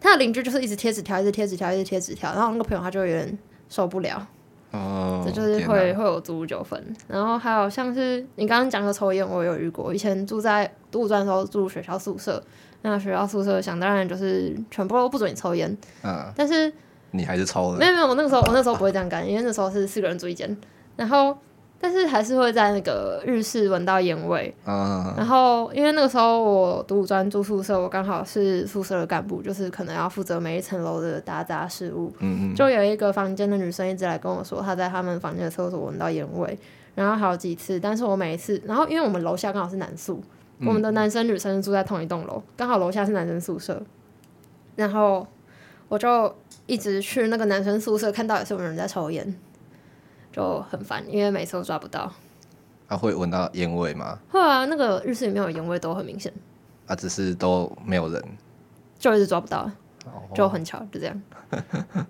Speaker 1: 他的邻居就是一直贴纸条，一直贴纸条，一直贴纸条，然后那个朋友他就有点受不了，
Speaker 4: 哦，
Speaker 1: 这就是
Speaker 4: 天哪
Speaker 1: 会会有租屋纠纷。然后还有像是你刚刚讲的抽烟，我有遇过。以前住在杜撰的时候住学校宿舍，那学校宿舍想当然就是全部都不准你抽烟，
Speaker 4: 嗯，
Speaker 1: 但是
Speaker 4: 你还是抽了，
Speaker 1: 没有没有，我那个时候我那时候不会这样干，因为那时候是四个人住一间，然后但是还是会在那个浴室闻到烟味。
Speaker 4: 嗯，
Speaker 1: 然后因为那个时候我读五专住宿舍，我刚好是宿舍的干部，就是可能要负责每一层楼的打杂事务。
Speaker 4: 嗯嗯，
Speaker 1: 就有一个房间的女生一直来跟我说，她在他们房间的厕所闻到烟味，然后好几次，但是我每一次，然后因为我们楼下刚好是男宿，我们的男生女生住在同一栋楼，刚好楼下是男生宿舍，然后我就一直去那个男生宿舍看到底是有没有人在抽烟，就很烦，因为每次都抓不到。
Speaker 4: 啊，会闻到烟味吗？
Speaker 1: 后来那个浴室里面有烟味都很明显，
Speaker 4: 啊，只是都没有人，
Speaker 1: 就一直抓不到。
Speaker 4: 哦
Speaker 1: 就很巧，就这样。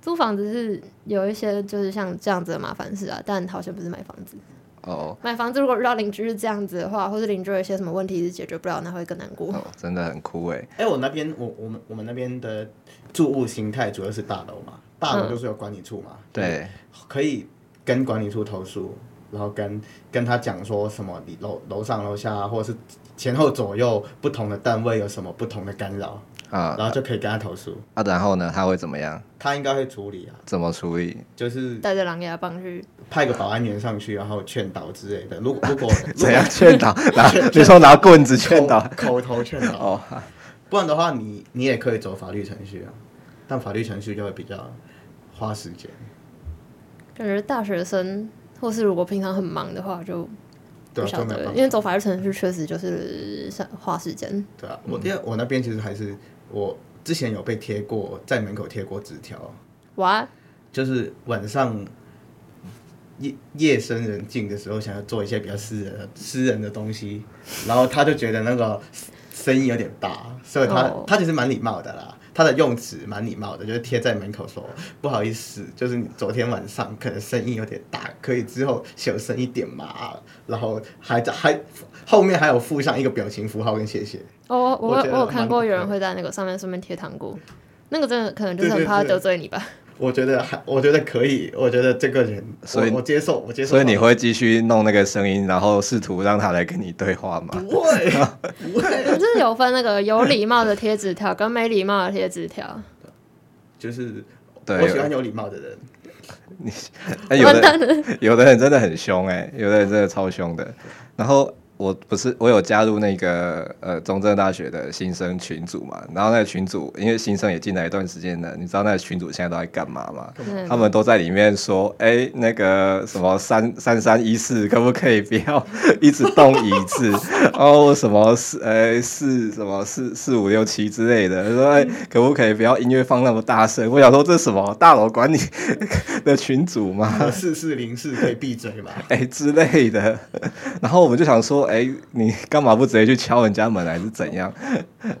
Speaker 1: 租房子是有一些就是像这样子的麻烦事啊，但好像不是买房子。
Speaker 4: 哦
Speaker 1: 买房子如果遇到邻居是这样子的话，或是邻居有一些什么问题是解决不了，那会更难过。
Speaker 3: 嗯
Speaker 4: 哦，真的很枯萎，
Speaker 3: 哎、我那边我我们我们那边的住物形态主要是大楼嘛，大楼就是有管理处嘛，
Speaker 4: 嗯对，
Speaker 3: 可以跟管理处投诉，然后跟跟他讲说什么你楼楼上楼下或者是前后左右不同的单位有什么不同的干扰，
Speaker 4: 啊
Speaker 3: 然后就可以跟他投诉，
Speaker 4: 啊，然后呢，他会怎么样？
Speaker 3: 他应该会处理啊，
Speaker 4: 怎么处理？
Speaker 3: 就是
Speaker 1: 带着狼牙棒去，
Speaker 3: 派个保安员上去，然后劝导之类的。如果如果如
Speaker 4: 怎
Speaker 3: 果
Speaker 4: 样劝导？拿你说拿棍子劝导？
Speaker 3: 口口头劝导，
Speaker 4: 哦，
Speaker 3: 不然的话你你也可以走法律程序啊，但法律程序就会比较花时间。
Speaker 1: 感觉大学生或是如果平常很忙的话，就
Speaker 3: 对
Speaker 1: 不
Speaker 3: 啊，
Speaker 1: 晓
Speaker 3: 就没有
Speaker 1: 得，
Speaker 3: 办
Speaker 1: 因为
Speaker 3: 法。
Speaker 1: 走法律程序确实就是像花时间。
Speaker 3: 对啊，我因为我那边其实还是我之前有被贴过，在门口贴过纸条，
Speaker 1: 哇，
Speaker 3: 就是晚上夜夜深人静的时候，想要做一些比较私人的私人的东西，然后他就觉得那个声音有点大，所以他、
Speaker 1: 哦
Speaker 3: 他其实蛮礼貌的啦，他的用词蛮礼貌的，就是贴在门口说不好意思，就是你昨天晚上可能声音有点大，可以之后小声一点嘛，然后还还后面还有附上一个表情符号跟谢谢，
Speaker 1: 哦，我我
Speaker 3: 我觉
Speaker 1: 有
Speaker 3: 得
Speaker 1: 我有看过
Speaker 3: 蛮
Speaker 1: 有人会在那个上面顺便贴糖果，那个真的可能就是很
Speaker 3: 对对
Speaker 1: 怕
Speaker 3: 对
Speaker 1: 得罪你吧。
Speaker 3: 我觉得还我觉得可以，我觉得这个人
Speaker 4: 所以
Speaker 3: 我我接受我接受，
Speaker 4: 所以你会继续弄那个声音，然后试图让他来跟你对话吗？
Speaker 3: 不会 不会。
Speaker 1: 就是有分那个有礼貌的贴纸条跟没礼貌的贴纸条。
Speaker 3: 就是
Speaker 4: 对
Speaker 3: 我喜欢有礼貌的人，
Speaker 4: 哎、有
Speaker 1: 完蛋
Speaker 4: 的
Speaker 1: 了，
Speaker 4: 有的人真的很凶哎、有的人真的超凶的。然后我不是我有加入那个呃中正大学的新生群组嘛，然后那个群组因为新生也进来一段时间了，你知道那个群组现在都在干嘛吗？
Speaker 1: 嗯
Speaker 4: 他们都在里面说，哎、那个什么三三三一四，可不可以不要一直动椅子？哦，什么四呃四什么四四五六七之类的，说、哎，可不可以不要音乐放那么大声？我想说这是什么大楼管理的群组吗？
Speaker 3: 四四零四可以闭嘴嘛？
Speaker 4: 哎、之类的，然后我们就想说，哎、你干嘛不直接去敲人家门，还是怎样？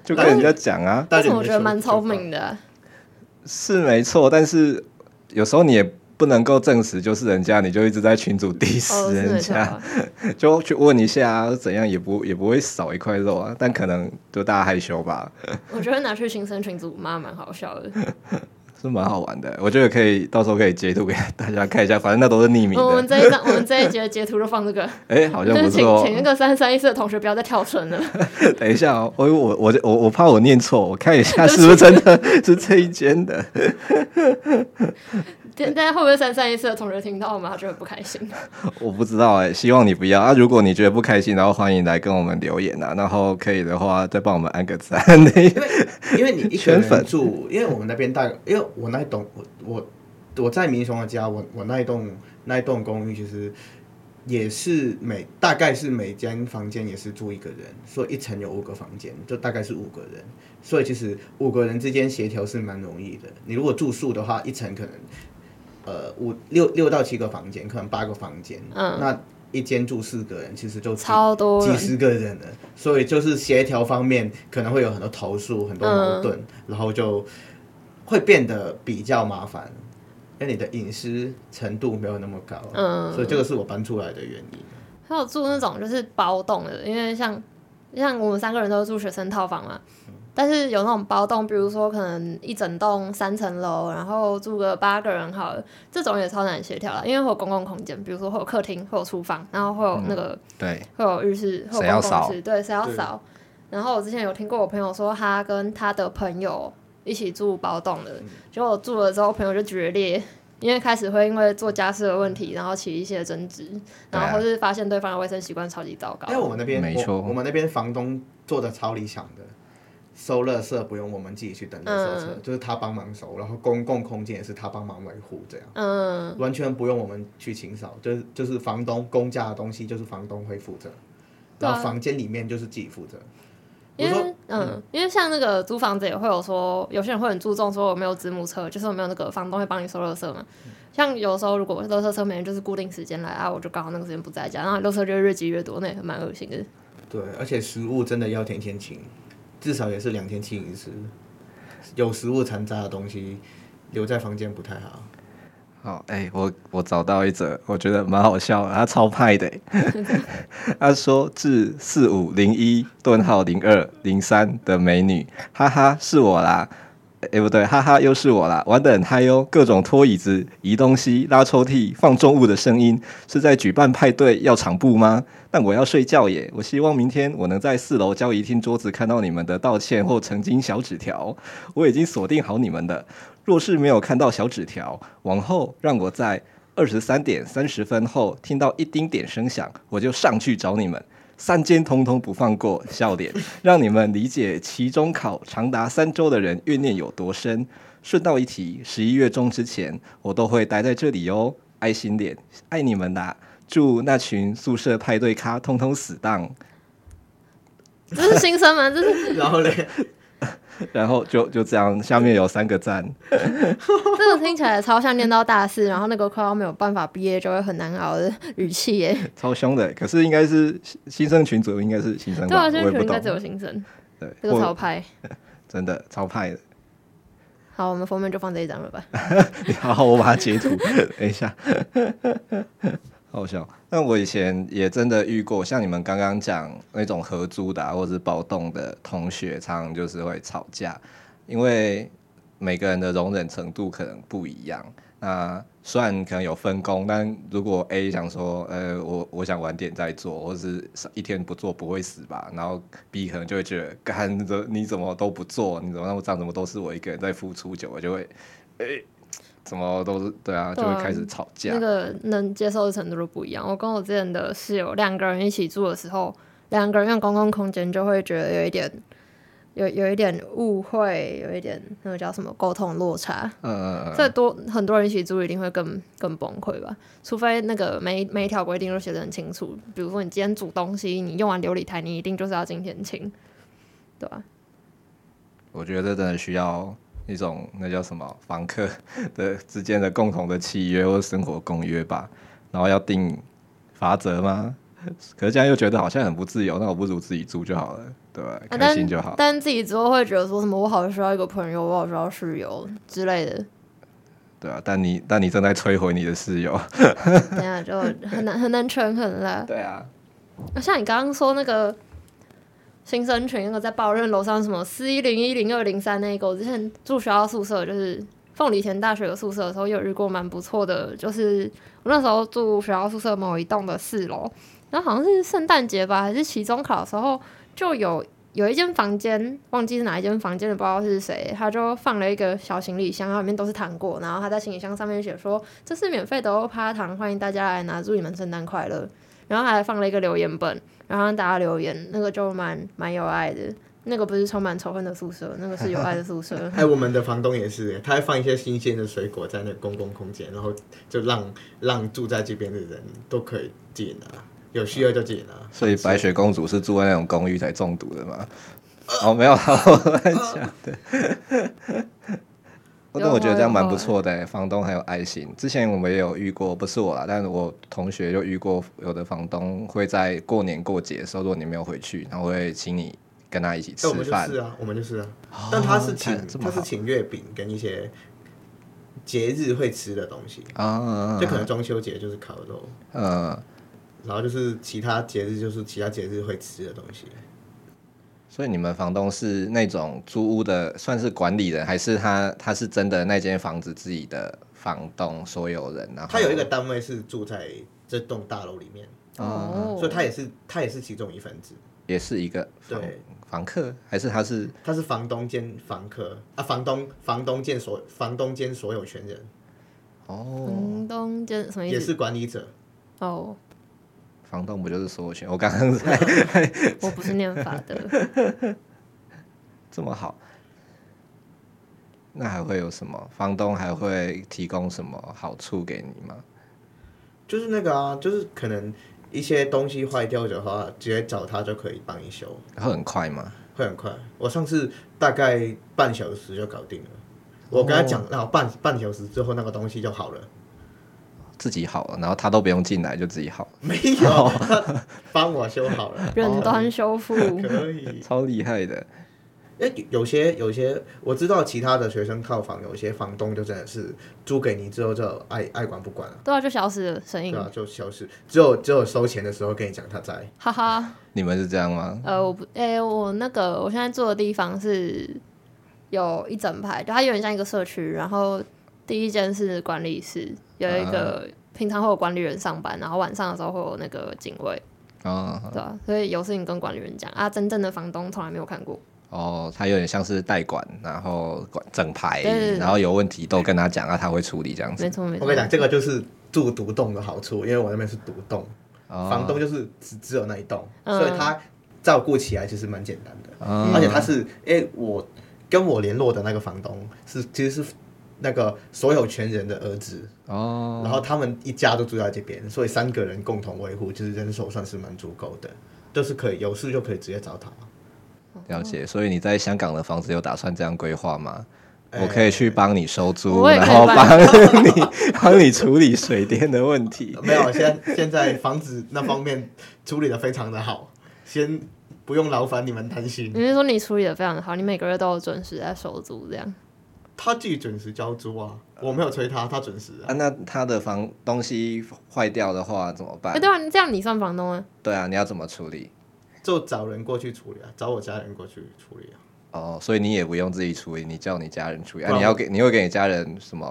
Speaker 4: 就跟人家讲啊。
Speaker 3: 但
Speaker 1: 但
Speaker 3: 是
Speaker 1: 是我觉得蛮聪明的啊，
Speaker 4: 是没错，但是有时候你也不能够证实就是人家，你就一直在群主 diss
Speaker 1: 哦，是
Speaker 4: 人
Speaker 1: 没错
Speaker 4: 家，
Speaker 1: 啊。
Speaker 4: 就去问一下、啊、怎样，也不也不会少一块肉啊，但可能就大家害羞吧，
Speaker 1: 我觉得拿去新生群组骂蛮好笑 的。
Speaker 4: 是蛮好玩的。我觉得可以到时候可以截图给大家看一下，反正那都是匿名
Speaker 1: 哦我们
Speaker 4: 的。
Speaker 1: 这一张，我们这一节截图就放这个。
Speaker 4: 哎、 好像
Speaker 1: 就是
Speaker 4: 不
Speaker 1: 请
Speaker 4: 错、
Speaker 1: 请那个三三一四的同学不要再跳绳了。
Speaker 4: 等一下哦，我我我我我怕我念错，我看一 下是不是真的是这一间的。
Speaker 1: 大家会不会三三一四的同学听到我们，他就会不开 心？
Speaker 4: 我不知道哎、希望你不要啊！如果你觉得不开心，然后欢迎来跟我们留言啊，然后可以的话再帮我们按个赞。
Speaker 3: 因为你一个
Speaker 4: 圈粉
Speaker 3: 人住，因为我们那边大，因为我那一栋我我我在民雄的家，我我那一栋那一栋公寓其实也是每大概是每间房间也是住一个人，所以一层有五个房间，就大概是五个人，所以其实五个人之间协调是蛮容易的。你如果住宿的话，一层可能呃五六六到七个房间，可能八个房间，
Speaker 1: 嗯
Speaker 3: 那一间住四个人，其实就几
Speaker 1: 超多
Speaker 3: 几
Speaker 1: 人
Speaker 3: 十个人了，所以就是协调方面可能会有很多投诉，很多矛
Speaker 1: 嗯
Speaker 3: 盾，然后就会变得比较麻烦。因为你的隐私程度没有那么高，
Speaker 1: 嗯
Speaker 3: 所以这个是我搬出来的原因。
Speaker 1: 还有住那种就是包栋的，因为像像我们三个人都住学生套房嘛，但是有那种包栋，比如说可能一整栋三层楼，然后住个八个人好了，这种也超难协调了，因为会有公共空间，比如说会有客厅，会有厨房，然后会有那个、
Speaker 4: 对，
Speaker 1: 会有浴室，会
Speaker 4: 谁
Speaker 1: 有
Speaker 4: 要
Speaker 1: 公
Speaker 4: 扫
Speaker 1: 共室，对，谁要
Speaker 3: 对
Speaker 1: 扫？然后我之前有听过我朋友说，他跟他的朋友一起住包栋的，
Speaker 3: 嗯
Speaker 1: 结果住了之后，朋友就决裂，因为开始会因为做家事的问题，然后起一些争执，
Speaker 4: 对啊
Speaker 1: 然后或是发现对方的卫生习惯超级糟糕
Speaker 3: 因为。我们那边，
Speaker 4: 没
Speaker 3: 我
Speaker 4: 错
Speaker 3: 我们那边房东做的超理想的，收垃圾不用我们自己去等垃圾车，
Speaker 1: 嗯
Speaker 3: 就是他帮忙收，然后公共空间也是他帮忙维护，这样
Speaker 1: 嗯，
Speaker 3: 完全不用我们去清扫，就是就是房东公家的东西就是房东会负责，
Speaker 1: 对啊
Speaker 3: 然后房间里面就是自己负责。我
Speaker 1: 因
Speaker 3: 说
Speaker 1: 为嗯，因为像那个租房子也会有说，有些人会很注重说我没有子母车，就是我没有那个房东会帮你收垃圾嘛。
Speaker 3: 嗯
Speaker 1: 像有时候如果垃圾车每天就是固定时间来啊，我就刚好那个时间不在家，然后垃圾就越积越多，那也蛮恶心的。
Speaker 3: 对，而且食物真的要天天清，至少也是两天清一次，有食物残渣的东西留在房间不太 好。
Speaker 4: 好，哎、我我找到一则，我觉得蛮好笑的，他超派的欸。他说致四五零一顿号零二零三的美女，哈哈，是我啦。哎、不对，哈哈，又是我啦，玩得很嗨哟！各种拖椅子、移东西、拉抽屉、放重物的声音，是在举办派对要场布吗？但我要睡觉耶！我希望明天我能在四楼交易厅桌子看到你们的道歉或澄清小纸条。我已经锁定好你们的，若是没有看到小纸条，往后让我在二十三点三十分后听到一丁点声响，我就上去找你们。三间通通不放过，笑 脸，让你们理解期中考长达三周的人怨念有多深。顺道一提，十一月中之前我都会待在这里哦，爱心脸，爱你们啦！祝那群宿舍派对咖通通死当，
Speaker 1: 这是新 生吗？这是
Speaker 3: 然后嘞，
Speaker 4: 然后就就这样，下面有三个赞，
Speaker 1: 这个听起来超像念到大四，然后那个快要没有办法毕业就会很难熬的语气耶。
Speaker 4: 超凶的。可是应该是新新生群组，应该是新生
Speaker 1: 对啊，
Speaker 4: 吧，
Speaker 1: 现在
Speaker 4: 我也
Speaker 1: 群
Speaker 4: 不
Speaker 1: 应该
Speaker 4: 懂
Speaker 1: 只。有新生，
Speaker 4: 对，
Speaker 1: 这个
Speaker 4: 或
Speaker 1: 超派。
Speaker 4: 真的超派的。
Speaker 1: 好，我们封面就放这一张了吧。
Speaker 4: 好，我把它截图，等一下，好笑。那我以前也真的遇过，像你们刚刚讲那种合租的、啊、或者是包栋的同学，常常就是会吵架，因为每个人的容忍程度可能不一样。那虽然可能有分工，但如果 A 想说，呃，我我想晚点再做，或是一天不做不会死吧，然后 B 可能就会觉得，干，你怎你怎么都不做，你怎么那么脏，怎么都是我一个人在付出，久了就会，哎、怎么都是对啊，就
Speaker 1: 对
Speaker 4: 会
Speaker 1: 啊
Speaker 4: 开始吵架。
Speaker 1: 那个能接受的程度都不一样。我跟我之前的室友两个人一起住的时候，两个人用公共空间就会觉得有一点，有有一点误会，有一点那个叫什么沟通落差。
Speaker 4: 呃，
Speaker 1: 这多很多人一起住一定会更更崩溃吧？除非那个每一每一条规定都写得很清楚，比如说你今天煮东西，你用完琉璃台，你一定就是要今天清，对吧、
Speaker 4: 我觉得真的需要一种那叫什么房客 的之间的共同的契约或生活公约吧，然后要定法则吗？可是这样又觉得好像很不自由，那我不如自己住就好了，对吧？
Speaker 1: 啊
Speaker 4: 开心就好。
Speaker 1: 但自己之后会觉得说什么，我好需要一个朋友，我好需要室友之类的，
Speaker 4: 对啊，但你但你正在摧毁你的室友。
Speaker 1: 等一下就很难很难权衡啦。
Speaker 4: 对啊，
Speaker 1: 像你刚刚说那个新生群那个在抱怨楼上什么四一零一零二零三那个，我之前住学校宿舍，就是凤梨田大学的宿舍的时候，有遇过蛮不错的，就是我那时候住学校宿舍某一栋的四楼，然后好像是圣诞节吧，还是期中考的时候，就有有一间房间，忘记是哪一间房间了，不知道是谁，他就放了一个小行李箱，然后里面都是糖果，然后他在行李箱上面写说这是免费的哦，趴糖，欢迎大家来拿，祝你们圣诞快乐。然后还放了一个留言本，然后让大家留言，那个就蛮蛮有爱的。那个不是充满仇恨的宿舍，那个是有爱的宿舍。
Speaker 3: 哎，我们的房东也是耶，他会放一些新鲜的水果在那个公共空间，然后就让让住在这边的人都可以自己拿，有需要就自己拿。
Speaker 4: 所以白雪公主是住在那种公寓才中毒的吗？
Speaker 3: 呃
Speaker 4: 哦，没有啦，我乱讲的。 但我觉得这样蛮不错
Speaker 3: 啊
Speaker 4: 的欸，房东很有爱心。之前我们也有遇过，不是我啦，但是我同学就遇过，有的房东会在过年过节的时候，如果你没有回去，然后会请你跟他一起
Speaker 3: 但
Speaker 4: 吃
Speaker 3: 我们就
Speaker 4: 饭
Speaker 3: 是。啊，我们就是啊，但他是请
Speaker 4: 看这么
Speaker 3: 他是
Speaker 4: 好
Speaker 3: 请月饼跟一些节日会吃的东西，
Speaker 4: 啊，
Speaker 3: 就可能中秋节就是烤肉，
Speaker 4: 呃，
Speaker 3: 然后就是其他节日就是其他节日会吃的东西。
Speaker 4: 啊所以你们房东是那种租屋的，算是管理人，还是他他是真的那间房子自己的房东所有人？然后
Speaker 3: 他有一个单位是住在这栋大楼里面，
Speaker 1: 哦，
Speaker 3: 所以他也是他也是其中一份子，
Speaker 4: 也是一个房
Speaker 3: 对
Speaker 4: 房客，还是他是
Speaker 3: 他是房东兼房客啊，房东房东兼所房东兼所有权人，嗯
Speaker 4: 哦？
Speaker 1: 房东兼什么意
Speaker 3: 也
Speaker 1: 思
Speaker 3: 是？管理者。
Speaker 1: 哦，
Speaker 4: 房东不就是所有权？我刚刚在
Speaker 1: 我不是念法的。
Speaker 4: 这么好，那还会有什么？房东还会提供什么好处给你吗？
Speaker 3: 就是那个啊，就是可能一些东西坏掉的话，直接找他就可以帮你修，
Speaker 4: 会很快吗？
Speaker 3: 会很快。我上次大概半小时就搞定了。我跟他讲，那、半半小时之后那个东西就好了，
Speaker 4: 自己好了，然后他都不用进来就自己好了，
Speaker 3: 没有，他帮我修好了， 哦
Speaker 1: 远端修复，
Speaker 3: 可以。
Speaker 4: 超厉害的。
Speaker 3: 哎，有些有些我知道，其他的学生套房有些房东就真的是租给你之后就爱爱管不管了，
Speaker 1: 对啊，就消失了声
Speaker 3: 对
Speaker 1: 音，
Speaker 3: 吧、就消失，只有只有收钱的时候跟你讲他在，
Speaker 1: 哈哈。
Speaker 4: 你们是这样吗？
Speaker 1: 呃，我不，哎、我那个我现在住的地方是有一整排，就它有点像一个社区，然后第一间是管理室，有一个、
Speaker 3: 啊
Speaker 1: 平常会有管理员上班，然后晚上的时候会有那个警卫，
Speaker 4: 啊、
Speaker 1: 对吧、所以有事情跟管理员讲啊，真正的房东从来没有看过，
Speaker 4: 哦，他有点像是代管，然后管整排
Speaker 1: 对对，对
Speaker 4: 然后有问题都跟他讲啊，他会处理这样
Speaker 1: 没
Speaker 4: 子。
Speaker 1: 错没
Speaker 3: 我
Speaker 1: 错
Speaker 3: 跟你。哦讲，这个就是住独栋的好处，因为我那边是独栋，
Speaker 4: 哦
Speaker 3: 房东就是只只有那一栋，
Speaker 1: 嗯
Speaker 3: 所以他照顾起来其实蛮简单的，
Speaker 4: 嗯
Speaker 3: 而且他是，哎，我跟我联络的那个房东是其实是那个所有权人的儿子，
Speaker 4: 哦，
Speaker 3: 然后他们一家都住在这边，所以三个人共同维护，就是人手算是蛮足够的，就是可以有事就可以直接找他。
Speaker 1: 嗯
Speaker 4: 了解。所以你在香港的房子有打算这样规划吗？
Speaker 3: 哎
Speaker 4: 我可以去帮你收租，
Speaker 1: 呃我也可
Speaker 4: 然
Speaker 1: 以
Speaker 4: 后
Speaker 1: 帮
Speaker 4: 帮你 帮你处理水电的问题。
Speaker 3: 没有，现在现在房子那方面处理的非常的好，先不用劳烦你们担心，
Speaker 1: 你是说你处理的非常好，你每个月都有准时在收租这样？
Speaker 3: 他自己准时交租啊，我没有催他，他准时啊
Speaker 4: 啊，。那他的房东西坏掉的话怎么办？
Speaker 1: 哎、对啊，你这样你算房东啊？
Speaker 4: 对啊，你要怎么处理？
Speaker 3: 就找人过去处理啊，找我家人过去处理啊。
Speaker 4: 哦，所以你也不用自己处理，你叫你家人处理。啊，
Speaker 3: 不然
Speaker 4: 你要给你会给你家人什么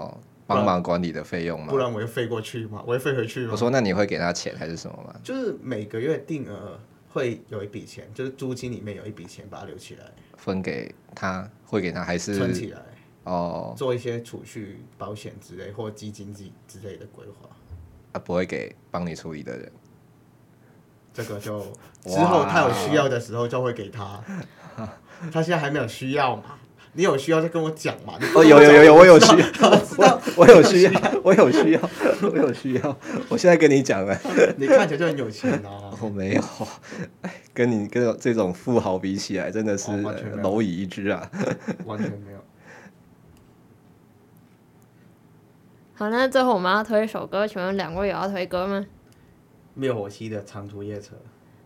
Speaker 4: 帮
Speaker 3: 不然
Speaker 4: 忙管理的费用吗
Speaker 3: 不？然我又飞过去嘛，我又飞回去嘛。
Speaker 4: 我说，那你会给他钱还是什么吗？
Speaker 3: 就是每个月定额会有一笔钱，就是租金里面有一笔钱把它留起来，
Speaker 4: 分给他，会给他还
Speaker 3: 存起
Speaker 4: 是？
Speaker 3: 来，
Speaker 4: 哦，
Speaker 3: 做一些储蓄、保险之类或基金之之类的规划。
Speaker 4: 啊，不会给帮你处理的人。
Speaker 3: 这个就之后他有需要的时候就会给 他，他现在还没有需要嘛。你有需要就跟我讲 嘛。你
Speaker 4: 哦，有有有有，我有需要，我我有需要，我有需要，我有需要，我现在跟你讲了。
Speaker 3: 你看起来就很有钱哦。
Speaker 4: 我没有，哎，跟你跟这种富豪比起来，真的是
Speaker 3: 哦完全没有
Speaker 4: 蝼蚁一只啊！
Speaker 3: 完全没有。
Speaker 1: 好，那最后我们要推一首歌，请问两位有要推歌吗？
Speaker 3: 灭火器的长途夜车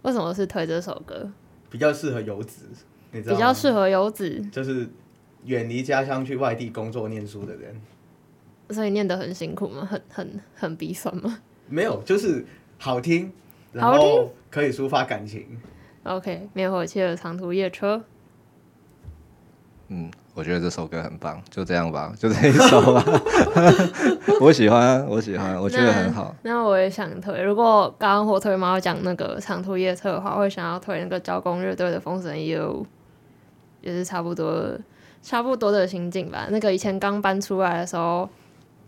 Speaker 1: 为什么是推这首歌？
Speaker 3: 比较适合游子，你知道
Speaker 1: 比
Speaker 3: 吗
Speaker 1: 较适合游子，
Speaker 3: 就是远离家乡去外地工作念书的人，
Speaker 1: 所以念得很辛苦吗？很很很鼻酸吗
Speaker 3: 没有，就是好听，然
Speaker 1: 好
Speaker 3: 后
Speaker 1: 听
Speaker 3: 可以抒发感情。
Speaker 1: ？OK，灭火器的长途夜车，
Speaker 4: 嗯，我觉得这首歌很棒，就这样吧，就这一首吧。我喜欢啊，我喜欢，我觉得很好。
Speaker 1: 那。那我也想推，如果刚刚火腿猫讲那个长途夜车的话，会想要推那个交工乐队的《封神一二五》，也是差不多差不多的心境吧。那个以前刚搬出来的时候。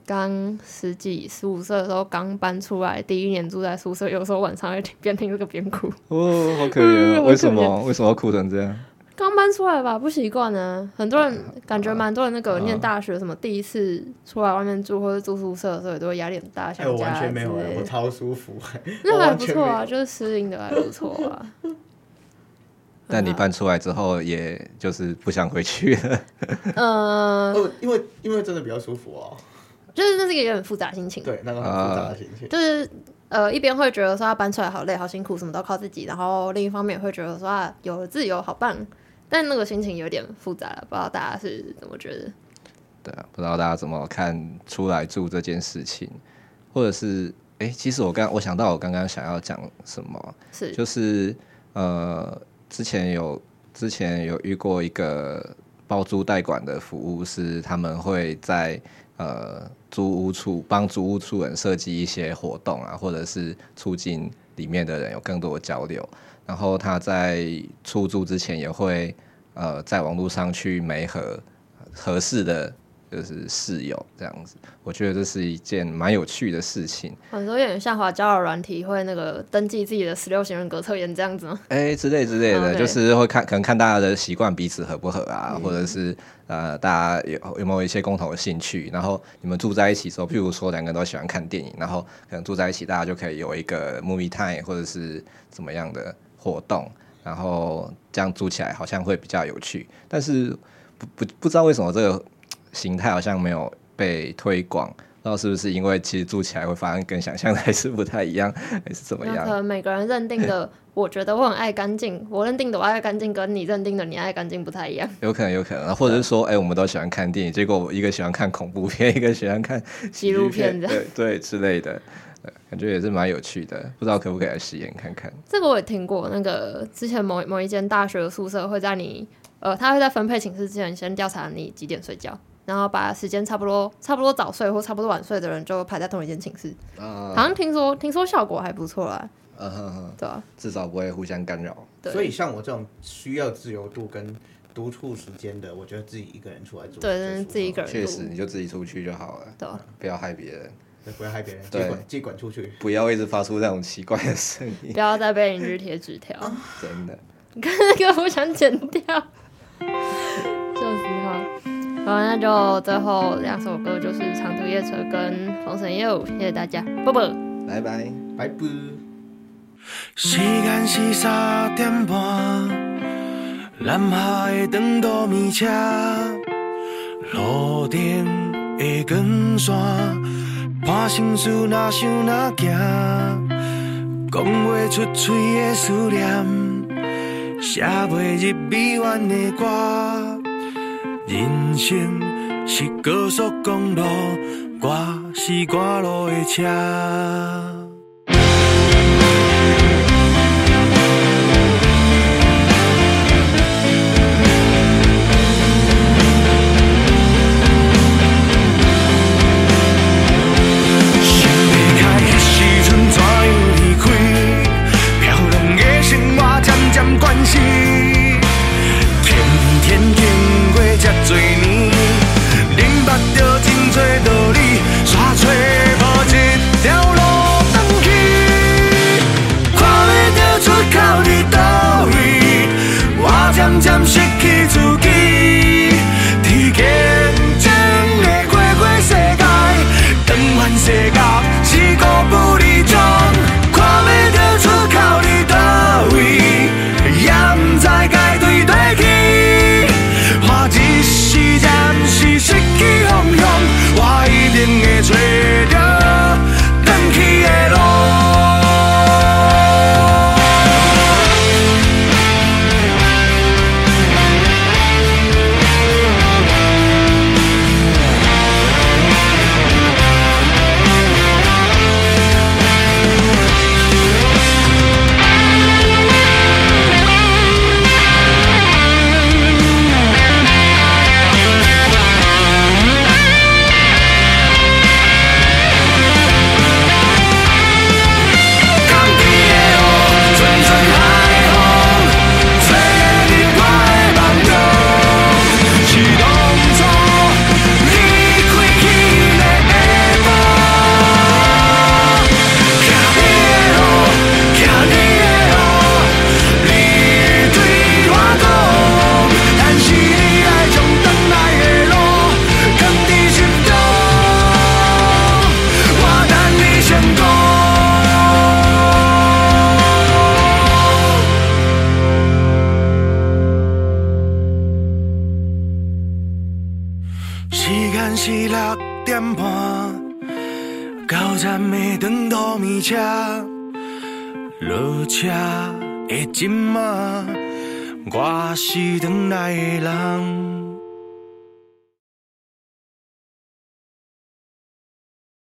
Speaker 1: 刚十几十五岁的时候，刚搬出来，第一年住在宿舍，有时候晚上会听边听这个边哭。
Speaker 4: 哦，好可怜啊！
Speaker 1: 嗯
Speaker 4: 为什
Speaker 1: 好
Speaker 4: 么？为什么要哭成这样？
Speaker 1: 刚搬出来吧，不习惯呢。很多人感觉蛮多人那
Speaker 3: 啊
Speaker 1: 个念大学什么第一次出来外面住或者住宿舍的时候，也都会压力很大，
Speaker 3: 哎、
Speaker 1: 想
Speaker 3: 我
Speaker 1: 家
Speaker 3: 完
Speaker 1: 之
Speaker 3: 全没有、哎
Speaker 1: 类
Speaker 3: 我
Speaker 1: 的。
Speaker 3: 超舒服、
Speaker 1: 那
Speaker 3: 我
Speaker 1: 还
Speaker 3: 完
Speaker 1: 不
Speaker 3: 全
Speaker 1: 错
Speaker 3: 没
Speaker 1: 啊，
Speaker 3: 有
Speaker 1: 就是适应的还不错啊。
Speaker 4: 但你
Speaker 1: 好
Speaker 4: 搬出来之后，也就是不想回去了。
Speaker 1: 呃，
Speaker 3: 哦，因为因为真的比较舒服哦。
Speaker 1: 就是那是一个有点复杂心情，
Speaker 3: 对，那个很复杂的心情。
Speaker 1: 就是呃一边会觉得说他搬出来好累好辛苦，什么都靠自己，然后另一方面也会觉得说啊有了自由好棒，但那个心情有点复杂了，不知道大家是怎么觉得？
Speaker 4: 对啊，不知道大家怎么看出来住这件事情，或者是哎、其实我刚我想到我刚刚想要讲什么，
Speaker 1: 是
Speaker 4: 就是呃，之前有之前有遇过一个包租代管的服务，是他们会在呃租屋处帮租屋处人设计一些活动啊，或者是促进里面的人有更多的交流。然后他在出租之前也会呃在网络上去媒合合适的就是室友这样子，我觉得这是一件蛮有趣的事情。
Speaker 1: 很多有点像华交友软体会那个登记自己的十六型人格测验这样子吗？
Speaker 4: 哎、之类之类
Speaker 1: 嗯
Speaker 4: 的，
Speaker 1: 对
Speaker 4: 就是会看，可能看大家的习惯彼此合不合啊，或者是呃，大家有有没有一些共同的兴趣，然后你们住在一起的时候，譬如说两个人都喜欢看电影，然后可能住在一起，大家就可以有一个 movie time 或者是怎么样的活动，然后这样住起来好像会比较有趣，但是不不不知道为什么这个形态好像没有被推广。不知道是不是因为其实住起来会发现跟想象的还是不太一样，还是怎么
Speaker 1: 那
Speaker 4: 样
Speaker 1: 可？能每个人认定 的，我觉得我很爱干净，我认定的我爱干净跟你认定的你爱干净不太一样。
Speaker 4: 有可能，有可能，或者是说，哎、我们都喜欢看电影，结果一个喜欢看恐怖片，一 个喜欢看喜
Speaker 1: 纪录
Speaker 4: 剧
Speaker 1: 片这
Speaker 4: 对对之类的，呃感觉也是蛮有趣的，不知道可不可以来实验看看？
Speaker 1: 这个我也听过，那个之前某某一间大学的宿舍会在你呃，他会在分配寝室之前先调查你几点睡觉，然后把时间差不多差不多早睡或差不多晚睡的人就排在同一间寝室，
Speaker 3: 嗯
Speaker 1: 好
Speaker 4: 啊，
Speaker 1: 像听说听说效果还不错啦，
Speaker 4: 嗯哼哼，
Speaker 1: 对啊，
Speaker 4: 至少不会互相干扰。
Speaker 1: 对
Speaker 3: 所以像我这种需要自由度跟独处时间的，我觉得自己一个人出来住是
Speaker 1: 对嗯
Speaker 3: 最舒服的，
Speaker 1: 自己一个人
Speaker 4: 确实，
Speaker 1: 录
Speaker 4: 你就自己出去就好了，
Speaker 1: 对啊
Speaker 4: 不要害别人，
Speaker 3: 对，不要害别人，
Speaker 4: 对
Speaker 3: 接管接管出去。
Speaker 4: 不要一直发出那种奇怪的声音
Speaker 1: 不，要再被邻居贴纸条，
Speaker 4: 真的。
Speaker 1: 那个我想剪掉， 就是哈。好，那就最后两首歌就是《长途夜车》跟《封神夜舞》，谢谢大家，啵啵。
Speaker 4: 拜拜。
Speaker 3: 拜拜。
Speaker 5: 时间是三点半，南下的长途米车，路顶的光线，看心事哪想哪行，讲袂出嘴的思念，写袂入美元的歌。人生是高速公路，我是赶路的车。想袂开迄时阵怎样离开？漂亮的生活渐渐关系，天天经过这多年，明白着真多道理，煞找无一条路点半，到站的长途米车，落车的即马，我是等来的人。